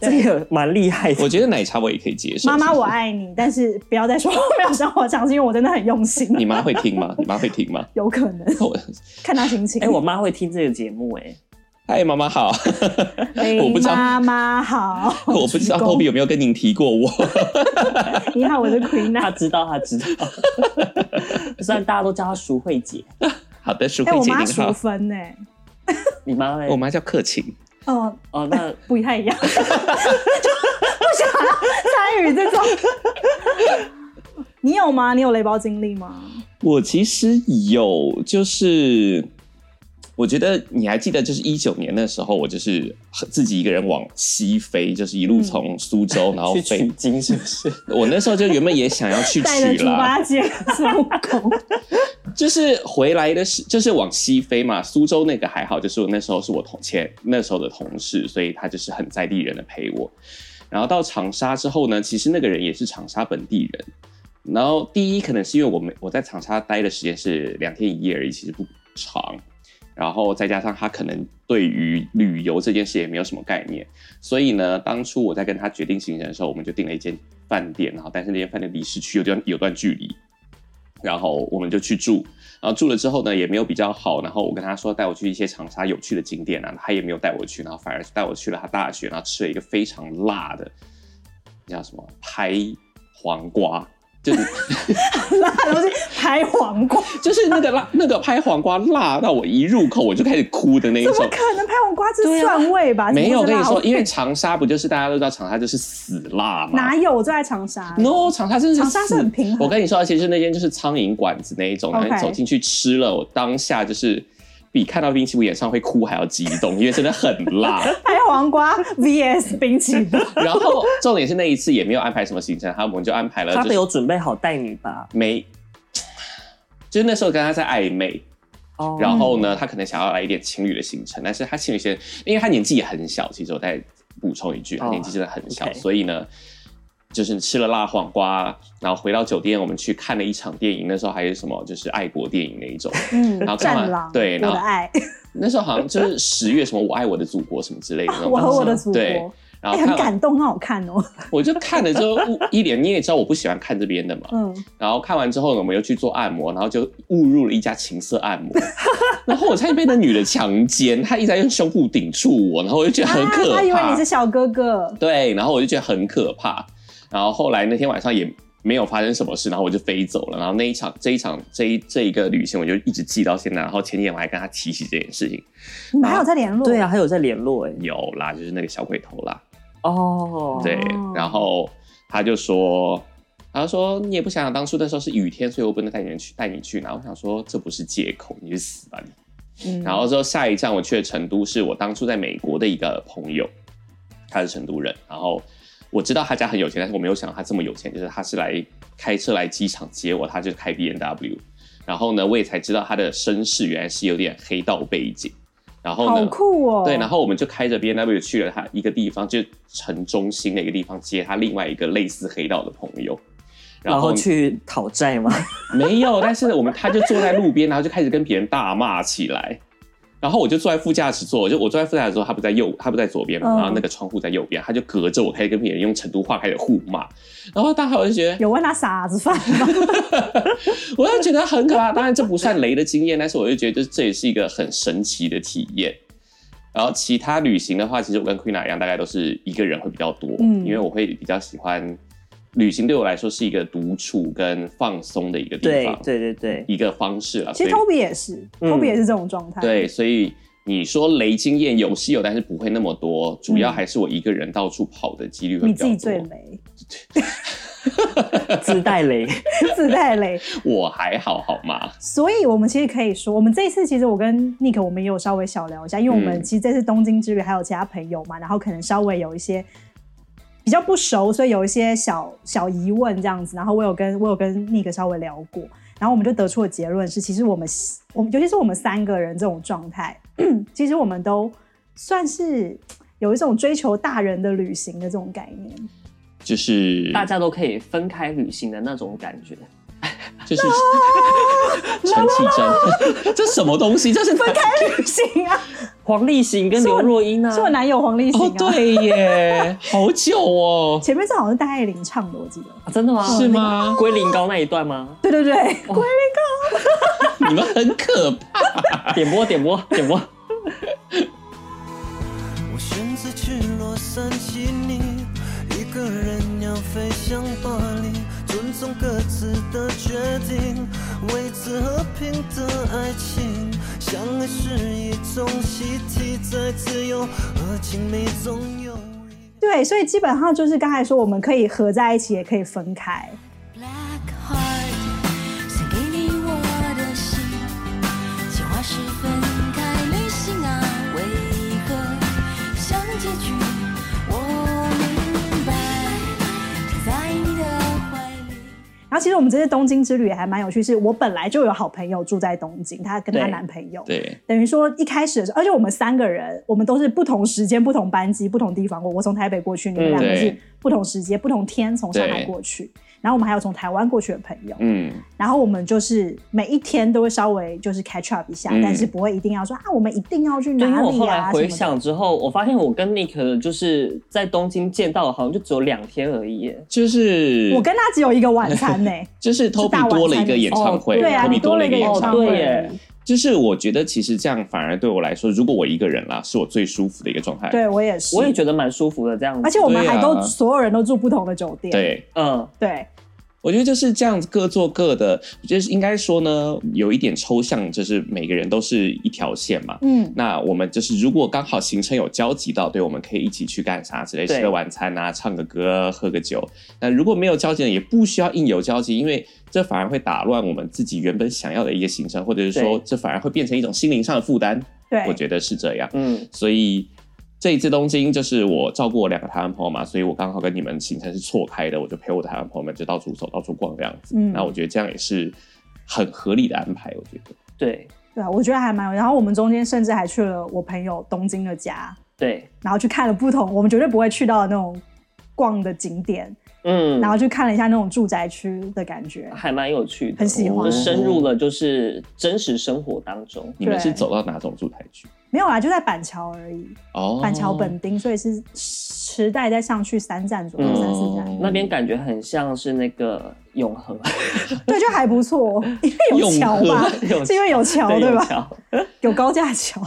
这个蛮厉害的我。觉得奶茶我也可以接受。妈妈其实我爱你，但是不要再说我没有生活常识，因为我真的很用心，你妈会听吗？你妈会听吗？有可能我看她心情。哎、我妈会听这个节目哎、嗨，妈妈好，哎我不知道妈妈好，我不知道 Toby 有没有跟您提过我。你好，我是 Queen 她啊。知道，她知 道。虽然大家都叫她淑慧姐，好的，淑哎、慧我姐妈您淑好，芬呢、你妈嘞我？妈叫克勤，哦，哦，那不太一样， 就不想要参与这种。你有吗？你有雷包经历吗？我其实有，就是我觉得你还记得，就是一九年那时候，我就是自己一个人往西飞，就是一路从 苏州，然后去飞取。经是不 是？我那时候就原本也想要去带着取猪啦，八戒、孙悟空， 就是回来的是，就是往西飞嘛。苏州那个还好，就是我那时候是我同前那时候的同事，所以他就是很在地人的陪我。然后到长沙之后呢，其实那个人也是长沙本地人。然后第一可能是因为我们我在长沙待的时间是两天一夜而已，其实不长。然后再加上他可能对于旅游这件事也没有什么概念，所以呢，当初我在跟他决定行程的时候，我们就订了一间饭店，然后但是那间饭店离市区有段有段距离，然后我们就去住，然后住了之后呢，也没有比较好。然后我跟他说带我去一些长沙有趣的景点啊，他也没有带我去，然后反而是带我去了他大学，然后吃了一个非常辣的，叫什么拍黄瓜，就是 那都是拍黄瓜，就是那个辣那个拍黄瓜辣到我一入口我就开始哭的那 一怎么种。可能拍黄瓜是蒜味吧？没有怎么会是跟你辣 说，味因为长沙不就是大家都知道长沙就是死辣嘛哪有？我最爱啊长 沙。 ？No，长沙真的是长沙嗯是死很平我衡，跟你说，而且是那间就是苍蝇馆子那一种，然 OK 后你走进去吃了，我当下就是比看到冰淇淋演唱会哭还要激动，因为真的很 辣。拍黄瓜 VS 冰淇 淋，然后重点是那一次也没有安排什么行程，他们就安排了她就得是有准备好带你吧？没，就是那时候跟他在暧昧，哦，然后嗯呢，他可能想要来一点情侣的行程，但是他情侣行，因为他年纪也很小，其实我再补充一句，他哦年纪真的很小， OK 所以呢，就是吃了辣黄瓜，然后回到酒店，我们去看了一场电影，那时候还是什么，就是爱国电影那一种。嗯然后，干嘛战狼，对我然后的爱，那时候好像就是十月什么“我爱我的祖国”什么之类的那 种我东西。和我的祖国，对，哎，然后很看完感动，很好看哦，我就看了 之后一脸，你也知道我不喜欢看这边的嘛。嗯。然后看完之后呢，我们又去做按摩，然后就误入了一家情色按摩， 然后我差点被那女的强奸，她一直在用胸部顶住我，然后我就觉得 很可啊。怕。他以为你是小哥哥，对，然后我就觉得很可怕。然后后来那天晚上也没有发生什么事，然后我就飞走了。然后那一场、这一场、这一这一个旅行，我就一直记到现在。然后前几天我还跟他提起这件事情，你们还有在联络？对啊，还有在联络哎、有啦，就是那个小鬼头啦，哦，对。然后他就说，他说你也不想想当初那时候是雨天，所以我不能带你们去带你去。然后我想说这不是借口，你去死吧你。嗯，然后之后下一站我去的成都，是我当初在美国的一个朋友，他是成都人，然后我知道他家很有钱，但是我没有想到他这么有钱，就是他是来开车来机场接我，他就是开 B N W，然后呢，我也才知道他的身世原来是有点黑道背景，然后好呢。酷哦。对，然后我们就开着 B N W 去了他一个地方，就是城中心的一个地方接他另外一个类似黑道的朋友，然后去 讨债吗？没有，但是我们他就坐在路边，然后就开始跟别人大骂起来。然后我就坐在副驾驶座，我就我坐在副驾驶座，他不在右，他不在左边嘛，嗯然后那个窗户在右边，他就隔着我开始跟别人用成都话开始互骂。然后当时我就觉得，有问他傻子饭 吗？我就觉得很可怕。啊当然这不算雷的经验，但是我就觉得这也是一个很神奇的体验。然后其他旅行的话，其实我跟 Queen 啊一样，大概都是一个人会比较多，嗯因为我会比较喜欢旅行，对我来说是一个独处跟放松的一个地对方，对对对，一个方式了。其实所以 Toby 也是嗯，Toby 也是这种状态。对，，所以你说雷经验有是有，但是不会那么多，主要嗯还是我一个人到处跑的几率会你比自较己最多。雷，自带雷， 自带雷。我还好好吗？所以，我们其实可以说，我们这一次其实我跟 Nick 我们也有稍微小聊一下，因为我们嗯其实这次东京之旅还有其他朋友嘛，然后可能稍微有一些比较不熟，所以有一些小小疑问这样子。然后我有跟我有跟 Nick 稍微聊过，然后我们就得出的结论是，其实我们我们尤其是我们三个人这种状态， 其实我们都算是有一种追求大人的旅行的这种概念。 就是大家都可以分开旅行的那种感觉。就是 陈绮贞， 这什么东西？这是分开旅行啊，黄立行跟刘若英呢、啊是我男友黄立行哦，啊，对耶，好久哦，前面这好像是戴爱玲唱的，我记得。啊真的吗？是吗？龟苓膏那一段吗？对对对，你们很可怕。点播点播点播，我选择去洛杉矶，你一个人要飞向巴黎，尊重各自的决定，维持和平的爱情。相爱是一种习题，在自由和亲密中游移。对，所以基本上就是刚才说，我们可以合在一起，也可以分开。 Black Heart，送给你我的心。计划是分开旅行啊，为何像结局？我明白，在你的怀里。然后其实我们这次东京之旅也还蛮有趣，是我本来就有好朋友住在东京，她跟她对男朋友，对，等于说一开始的时候，而且我们三个人，我们都是不同时间、不同班机、不同地方过。我从台北过去，你们嗯两个是对不同时间、不同天从上海对过去，然后我们还有从台湾过去的朋友，嗯，然后我们就是每一天都会稍微就是 catch up 一下，嗯但是不会一定要说啊，我们一定要去对，因哪为我里后来啊什么回的。想之后，我发现我跟 Nick 就是在东京见到，好像就只有两天而已耶。就是我跟他只有一个晚 餐呢、就是是大 Toby 晚餐多了一个演唱会，哦对啊， Toby 你 Toby 多了了一一个个演演唱唱哦会。对耶就是我觉得其实这样反而对我来说，如果我一个人啦，是我最舒服的一个状态。对我也是，我也觉得蛮舒服的这样子。而且我们还都、对啊所有人都住不同的酒店。对，嗯，对我觉得就是这样子，各做各的。就是应该说呢，有一点抽象，就是每个人都是一条线嘛。嗯，那我们就是如果刚好行程有交集到，对，我们可以一起去干啥之类，对吃个晚餐啊，唱个歌，喝个酒。那如果没有交集呢，也不需要硬有交集，因为这反而会打乱我们自己原本想要的一个行程，或者是说对这反而会变成一种心灵上的负担。对，我觉得是这样。嗯，所以这一次东京就是我照顾我两个台湾朋友嘛，所以我刚好跟你们行程是错开的，我就陪我的台湾朋友们就到处走、到处逛这样子。嗯那我觉得这样也是很合理的安排，我觉得。对对啊，我觉得还蛮有。然后我们中间甚至还去了我朋友东京的家，对，然后去看了不同我们绝对不会去到的那种逛的景点，嗯，然后去看了一下那种住宅区的感觉。还蛮有趣的，很喜欢就深入了就是真实生活当中。你们对是走到哪种住台区？没有啦，就在板桥而已，哦，板桥本町，所以是时代再上去三站左右，嗯三四站，那边感觉很像是那个永恒，对，就还不错，因为有桥吧， 永和是因为有桥对哦对有吧？桥有高架桥，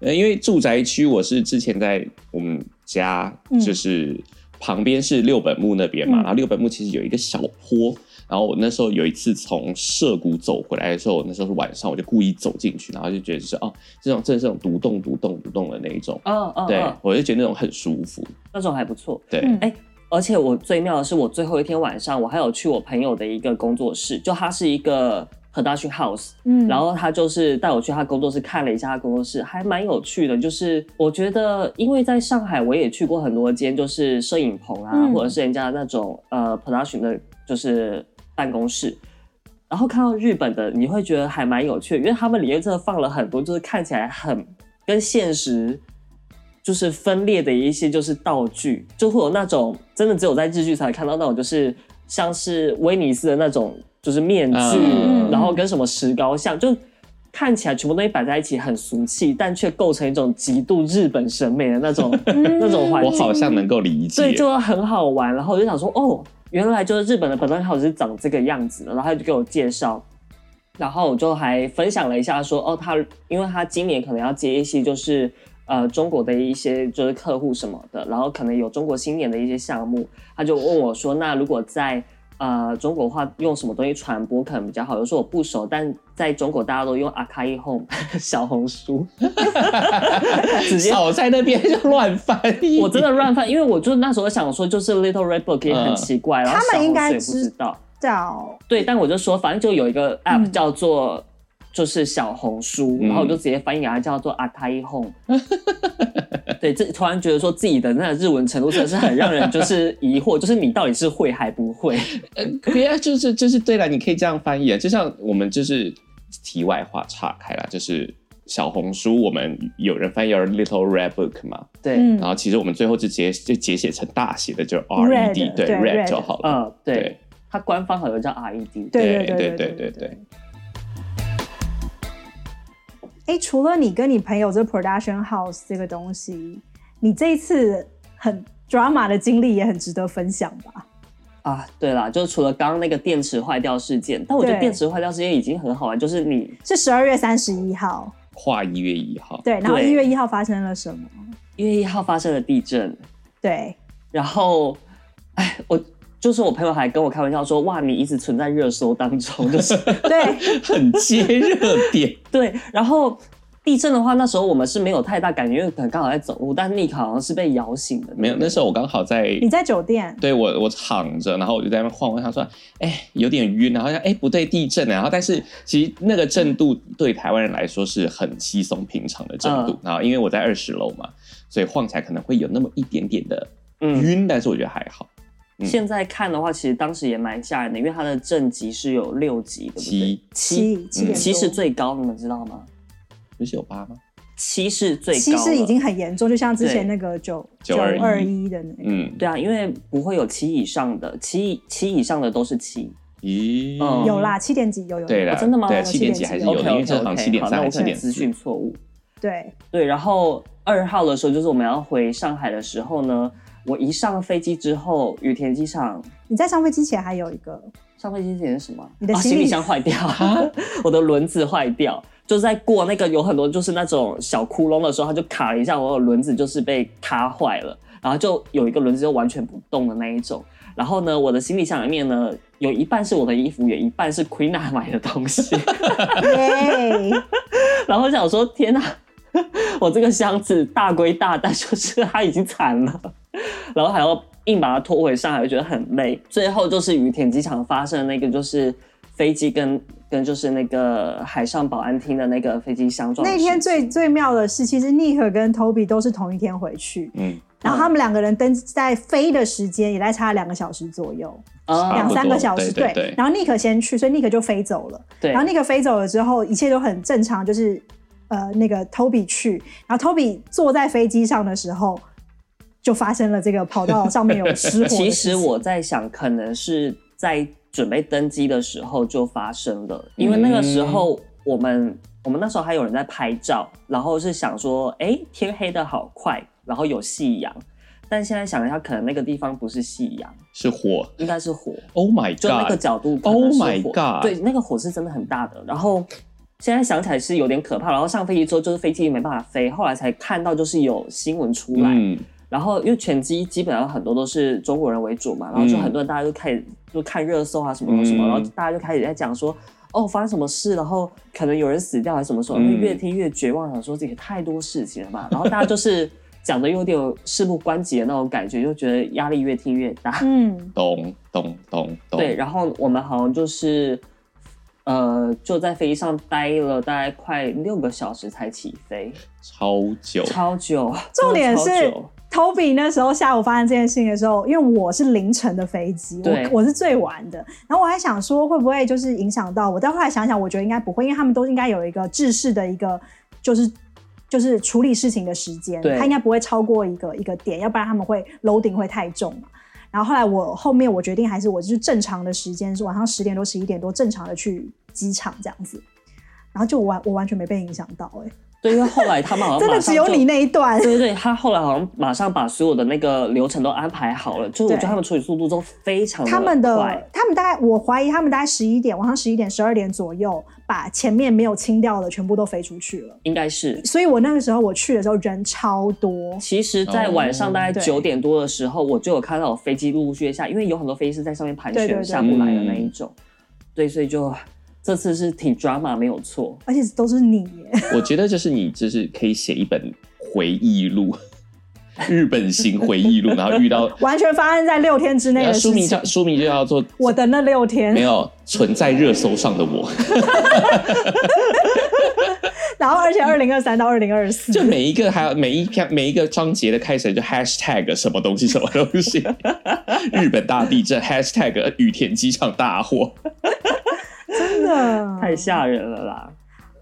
呃，因为住宅区我是之前在我们家嗯，就是旁边是六本木那边嘛，嗯然后六本木其实有一个小坡。然后我那时候有一次从涉谷走回来的时候，我那时候是晚上，我就故意走进去，然后就觉得是哦，这种真的是这种独栋、独栋、独栋的那一种，嗯嗯，对嗯我就觉得那种很舒服。那种还不错。对，嗯哎而且我最妙的是，我最后一天晚上，我还有去我朋友的一个工作室，就他是一个 production house，嗯，然后他就是带我去他工作室看了一下他工作室，还蛮有趣的。就是我觉得，因为在上海我也去过很多间，就是摄影棚啊，嗯或者是人家那种呃 production 的，就是办公室。然后看到日本的，你会觉得还蛮有趣的，因为他们里面真的放了很多，就是看起来很跟现实就是分裂的一些就是道具，就会有那种真的只有在日剧才会看到那种，就是像是威尼斯的那种，就是面具，嗯然后跟什么石膏像，就看起来全部东西摆在一起很俗气，但却构成一种极度日本审美的那种那种环我境，好像能够理所以解。就很好玩。然后我就想说，哦，原来就是日本的本段号是长这个样子的，然后他就给我介绍。然后我就还分享了一下说，哦，他因为他今年可能要接一些就是呃中国的一些就是客户什么的，然后可能有中国新年的一些项目，他就问我说，那如果在呃中国话用什么东西传播可能比较好。有时候我不熟，但在中国大家都用阿卡伊 home 小红书，直接少在那边就乱翻 译，我真的乱翻，因为我就那时候想说，就是 Little Red Book 也很奇怪，然后他们小红书应该也不知知道。叫对，但我就说，反正就有一个 app 嗯叫做就是小红书，嗯然后我就直接翻译给它叫做 Akai Home。对，这突然觉得说自己的那个日文程度真的是很让人就是疑惑，就是你到底是会还不 会？对啊，就是就是对了，你可以这样翻译啊，就像我们就是题外话岔开了，就是小红书，我们有人翻译而 Little Red Book 嘛，对，嗯、嗯然后其实我们最后就直接就解写成大写的，就是 R E D， Red，对对 Red Red 嗯就好了，嗯对，它官方好像叫 E RED。对对对对对对对对。哎，除了你跟你朋友这 production house 这个东西，你这一次很 drama 的经历也很值得分享吧？啊，对啦，就是除了刚刚那个电池坏掉事件，但我觉得对电池坏掉事件已经很好玩，就是你是十二月三十一号，跨一月一号，对，然后对一月一号发生了什么？一月一号发生了地震，对，然后，哎，我就是我朋友还跟我开玩笑说，哇，你一直存在热搜当中，就是 对，很接热点，对。然后地震的话，那时候我们是没有太大感觉，因为可能刚好在走路，但 Nick 好像是被摇醒的，没有，那时候我刚好在你在 酒店，对我，我躺着，然后我就在那边晃晃，他说：“哎，有点晕。”然后想：“哎，不对，地震啊。”然后但是其实那个震度对台湾人来说是很稀松平常的震度。嗯然后因为我在二十楼嘛，所以晃起来可能会有那么一点点的嗯。晕，但是我觉得还好。嗯现在看的话，其实当时也蛮吓人的，因为它的震级是有六级，对不对七？七七点多七是最高，你们知道吗？不是有八吗？七是最高了，其实已经很严重，就像之前对那个九921二一的那个，嗯，对啊，因为不会有七以上的，七七以上的都是七。咦，嗯有啦，七点几有有对有啦，哦真的吗对，啊我七点7.7几还是有有的，因为这好像 OK，OK，七点好三那还我是可能七点资四。讯错误。对，对，然后二号的时候，就是我们要回上海的时候呢，我一上飞机之后，羽田机场你在上飞机前还有一个， 上飞机前是什么？你的啊行李啊行李箱坏掉， 我的轮子坏掉，就在过那个有很多就是那种小窟窿的时候，它就卡了一下，我的轮子就是被卡坏了，然后就有一个轮子就完全不动的那一种。然后呢，我的行李箱里面呢，有一半是我的衣服，有一半是 Queen a 买的东西。耶，哦然后我想说，天哪， 我这个箱子大归大，但就是它已经残了，然后还要硬把它拖回上海，我觉得很累。最后就是羽田机场发生的那个，就是飞机跟跟就是那个海上保安厅的那个飞机相撞的那事情。天最最妙的是，其实 Nick 跟 Toby 都是同一天回去，嗯，然后他们两个人登在飞的时间也在差两个小时左右，啊差两不多三个小时。对对对然后 Nick 先去，所以 Nick 就飞走了。对，然后 Nick 飞走了之后，一切都很正常，就是呃那个 Toby 去，然后 Toby 坐在飞机上的时候，就发生了这个跑道上面有失火的事情。 其实我在想，可能是在准备登机的时候就发生了，因为那个嗯时候我们、我们那时候还有人在拍照，然后是想说，哎，天黑的好快，然后有夕阳，但现在想一下，可能那个地方不是夕阳，是火应该是火， ，Oh my 就那个 God，角度可能是火 Oh my god 对，那个火是真的很大的，然后。现在想起来是有点可怕，然后上飞机之后就是飞机没办法飞，后来才看到就是有新闻出来，嗯，然后因为拳击基本上很多都是中国人为主嘛，然后就嗯很多人大家就开始就看热搜啊什么什么，嗯然后大家就开始在讲说。哦，发生什么事？然后可能有人死掉还是什么时候？嗯因为越听越绝望，想说这也太多事情了吧。然后大家就是讲的有点事不关己的那种感觉，就觉得压力越听越大。嗯，咚咚咚咚，对，然后我们好像就是，呃，就在飞机上待了大概快六个小时才起飞，超久，超久。重点是真的超久 Toby 那时候下午发生这件事情的时候，因为我是凌晨的飞机，对我我是最晚的，然后我还想说会不会就是影响到我，但后来想想，我觉得应该不会，因为他们都应该有一个制式的一个就是。就是处理事情的时间，对它应该不会超过一个一个点，要不然他们会楼顶会太重嘛。然后后来我后面我决定还是我就是正常的时间，是晚上十点多十一点多正常的去机场这样子，然后就我完我完全没被影响到哎、欸对，因为后来他们好像 真的马上只有就你那一段，对对对，他后来好像马上把所有的那个流程都安排好了，就是我觉得对他们处理速度都非常他们的快，他们大概我怀疑他们大概十一点晚上十一点十二点左右，把前面没有清掉的全部都飞出去了。应该是。所以我那个时候我去的时候人超多，其实，在晚上哦大概对九点多的时候，我就有看到有飞机陆陆续续下，因为有很多飞机是在上面盘对对旋对下不来的那一种，对，所以就这次是挺 drama 没有错。而且都是你耶， 我觉得就是你就是可以写一本回忆录， 日本行回忆录，然后 遇到完全发生在六天之内然的后书事名情。叫书名就叫做我的那六没天，有存在热搜上的我， 然后而且二零二三到二零二四，就每一个还有每一篇每一个章节的开始就 hashtag 什么东西什么东 西，日本大地震 hashtag 羽田机场大火，真的太吓人了啦！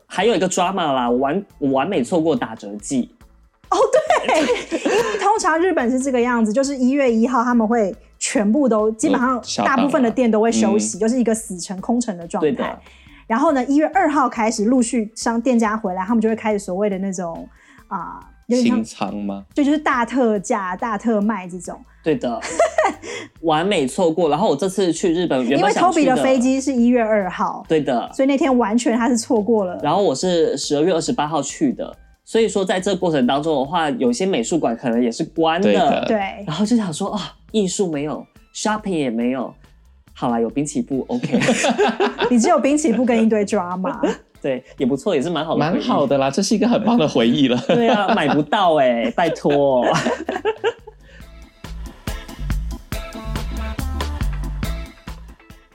还有一个 drama 啦，我完我完美错过打折季，哦，对，因为通常日本是这个样子，就是一月一号他们会全部都基本上嗯下档大部了分的店都会休息，就是一个死城空城的状对态的。然后呢，一月二号开始陆续商店家回来，他们就会开始所谓的那种啊、有点清像仓吗？就就是大特价、大特卖这种。对 的，完美错过。然后我这次去日本，原因为本想去 Toby 的飞，机是一月二号，对的。所以那天完全他是错过了。然后我是十二月二十八号去的，所以说在这过程当中的话，有些美术馆可能也是关的。对的对，然后就想说啊，艺术没有，shopping 也没有。好啦，有滨崎步，OK， 你只有滨崎步跟一堆 drama， 对，也不错，也是蛮好的，蛮好。的啦，这是一个很棒的回忆了。对啊，买不到哎、拜托。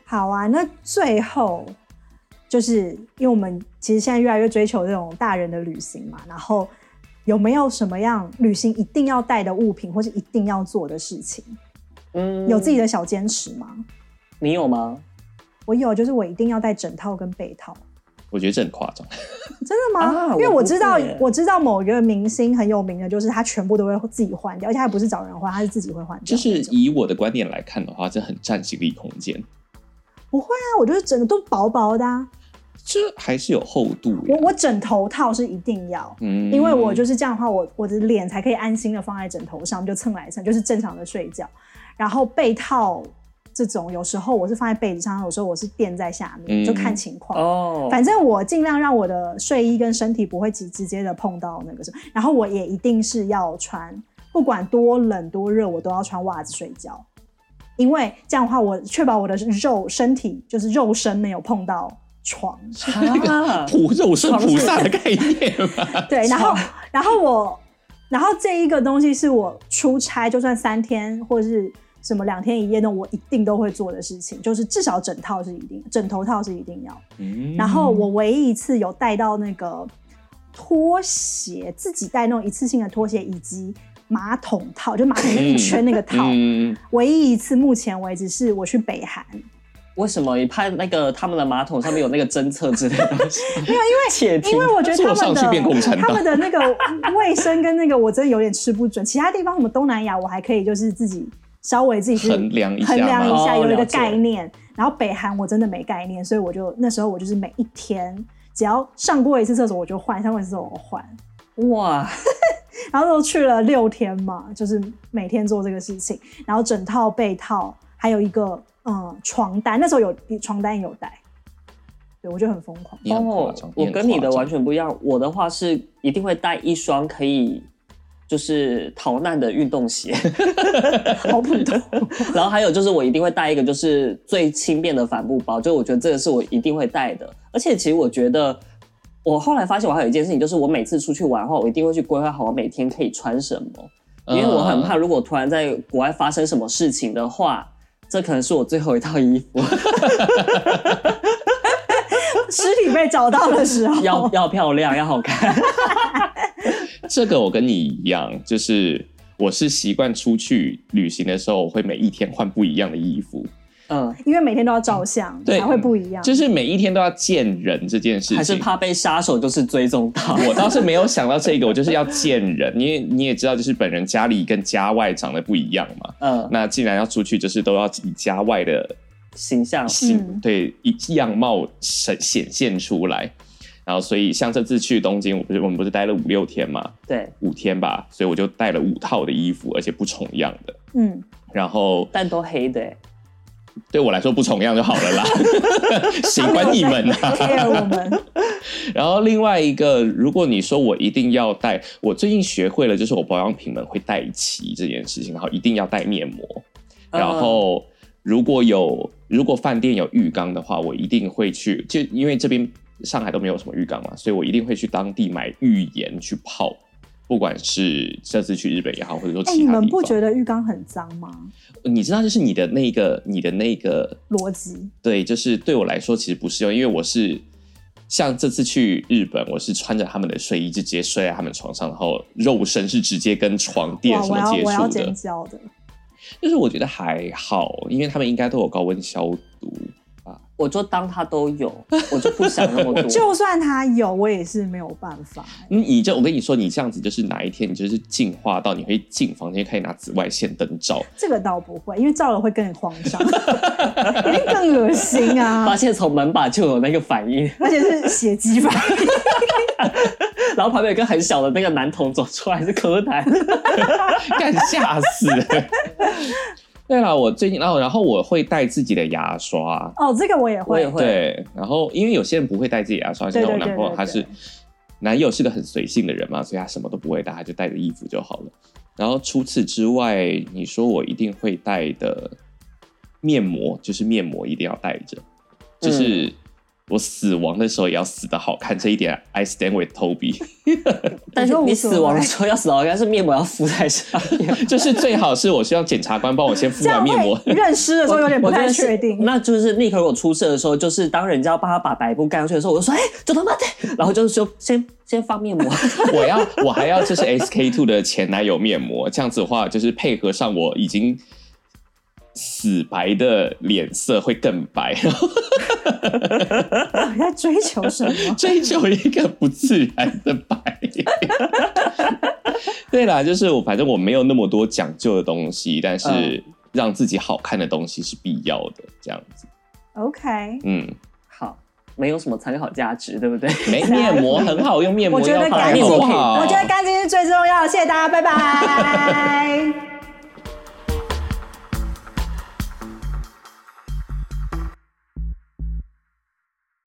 好啊，那最后就是因为我们其实现在越来越追求这种大人的旅行嘛，然后有没有什么样旅行一定要带的物品，或是一定要做的事情？嗯，有自己的小坚持吗？你有吗？我有，就是我一定要带枕套跟被套。 我觉得这很夸张，真的吗？啊因为我我不知道会耶欸我知道某一个明星很有名的，就是他全部都会自己换掉，而且他也不是找人换，他是自己会换掉就那种。是以我的观点来看的话，这很占行李空间，不会啊，我就是整个都薄薄的、啊。这还是有厚度耶。我我枕头套是一定要，嗯因为我就是这样的话，我我的脸才可以安心的放在枕头上，就蹭来蹭，就是正常的睡觉。然后被套这种，有时候我是放在被子上，有时候我是垫在下面，嗯就看情况。哦，反正我尽量让我的睡衣跟身体不会直直接的碰到那个什么，然后我也一定是要穿，不管多冷多热，我都要穿袜子睡觉，因为这样的话，我确保我的肉身体就是肉身没有碰到床。啊普肉身菩萨的概念吧。对，然后然后我，然后这一个东西是我出差，就算三天或是什么两天一夜那种我一定都会做的事情，就是至少枕套是一定，枕头套是一定要。嗯然后我唯一一次有带到那个拖鞋，自己带那种一次性的拖鞋，以及马桶套，就马桶那一圈那个套。 嗯，唯一一次，目前为止是我去北韩，为什么你怕那个他们的马桶上面有那个侦测之类的东 西？没有，因为窃听因为我觉得他坐上们去变共产的党他们的那个卫生跟那个我真的有点吃不准。其他地方什么东南亚我还可以，就是自己稍微自己去衡量一下衡量一下嘛哦有一个了解概念。然后北韩我真的没概念，所以我就那时候我就是每一天只要上过一次厕所我就换，上过一次厕所我换。哇，然后都去了六天嘛，就是每天做这个事情，然后整套被套，还有一个嗯床单，那时候有床单也有带，对我就很疯 狂。你很夸哦张，我跟你的完。很夸张全不一样。我的话是一定会带一双可以就是逃难的运动 鞋，好普通。 然后还有就是我一定会带一个就是最轻便的帆布包，就我觉得这个是我一定会带的。而且其实我觉得。我后来发现，我还有一件事情，就是我每次出去玩的话，我一定会去规划好我每天可以穿什么，因为我很怕，嗯如果突然在国外发生什么事情的话，这可能是我最后一套衣 服。尸体被找到的时候，要要漂亮，要好看。这个我跟你一样，就是我是习惯出去旅行的时候，我会每一天换不一样的衣服，嗯，因为每天都要照相，对才会不一样。就是每一天都要见人这件事情。还是怕被杀手就是追踪到。我倒是没有想到这个，我就是要见人，因为你也知道，就是本人家里跟家外长得不一样嘛。 嗯，那既然要出去，就是都要以家外的形象形、嗯对以样貌显显现出来。然后所以像这次去东京，我不是我们不是待了五六天嘛，对，五天吧，所以我就带了五套的衣服，而且不重样的。嗯，然后但都黑的、欸，对我来说不重样就好了啦， 谁管你们啊？ care 我们，然后另外一个，如果你说我一定要带，我最近学会了，就是我保养品们会带齐这件事情，然后一定要带面膜。嗯然后如果有如果饭店有浴缸的话，我一定会去，就因为这边上海都没有什么浴缸嘛，所以我一定会去当地买浴盐去泡。不管是这次去日本也好，或者说哎、其你他们地不方，觉得浴缸很脏吗？你知道，就是你的那个你的那个逻辑，对，就是对我来说其实不适用，因为我是像这次去日本，我是穿着他们的睡衣就直接睡在他们床上，然后肉身是直接跟床垫哇，什我么要接我要触尖的。叫的，就是我觉得还好，因为他们应该都有高温消毒。我就当它都有，我 就不想那么多。就算他有，我也是没有办法、你你嗯这我跟你说，你这样子就是哪一天你就是进化到你会进房间可以拿紫外线灯照，这个倒不会，因为照了会更慌 张，一定更恶心啊发！现从门把就有那个反应， 而且是血迹吧？然后旁边有一个很小的那个男童走出来是柯南，干吓死了。 对啦，我最近然后然后我会带自己的牙刷，哦，这个我也我也会，会。对，然后因为有些人不会带自己的牙刷，对像我对对男朋友对他对是男友是个很随性的人嘛，所以他什么都不会带，他就带着衣服就好了。然后除此之外，你说我一定会带的面膜，就是面膜一定要带着，就是我死亡的时候也要死的好看，这一点 I stand with Toby， 但是我你觉得无所谓死亡的时候要死亡，应该是面膜要敷在上面。 就是最好是我需要检察官帮我先敷这完样面膜，会认尸的时候有点 不我真太的是确定。那就是立刻如果出事的时候，就是当人家要帮他把白布盖上去的时候，我就说：“哎、就他妈的！”然后就是说先先放面膜， 我要我还要就是 SK two 的前男友面膜，这样子的话就是配合上我已经死白的脸色会更白，然后？到 底在追求什么 追求一个不自然的白。对啦，就是我反正我没有那么多讲究的东西，但是嗯让自己好看的东西是必要的，这样子。 OK，嗯，好，没有什么参考价值，对不对？没面膜很好用，面膜啊我觉得要放干好净不好？我觉得干净是最重要的。谢谢大家，拜拜。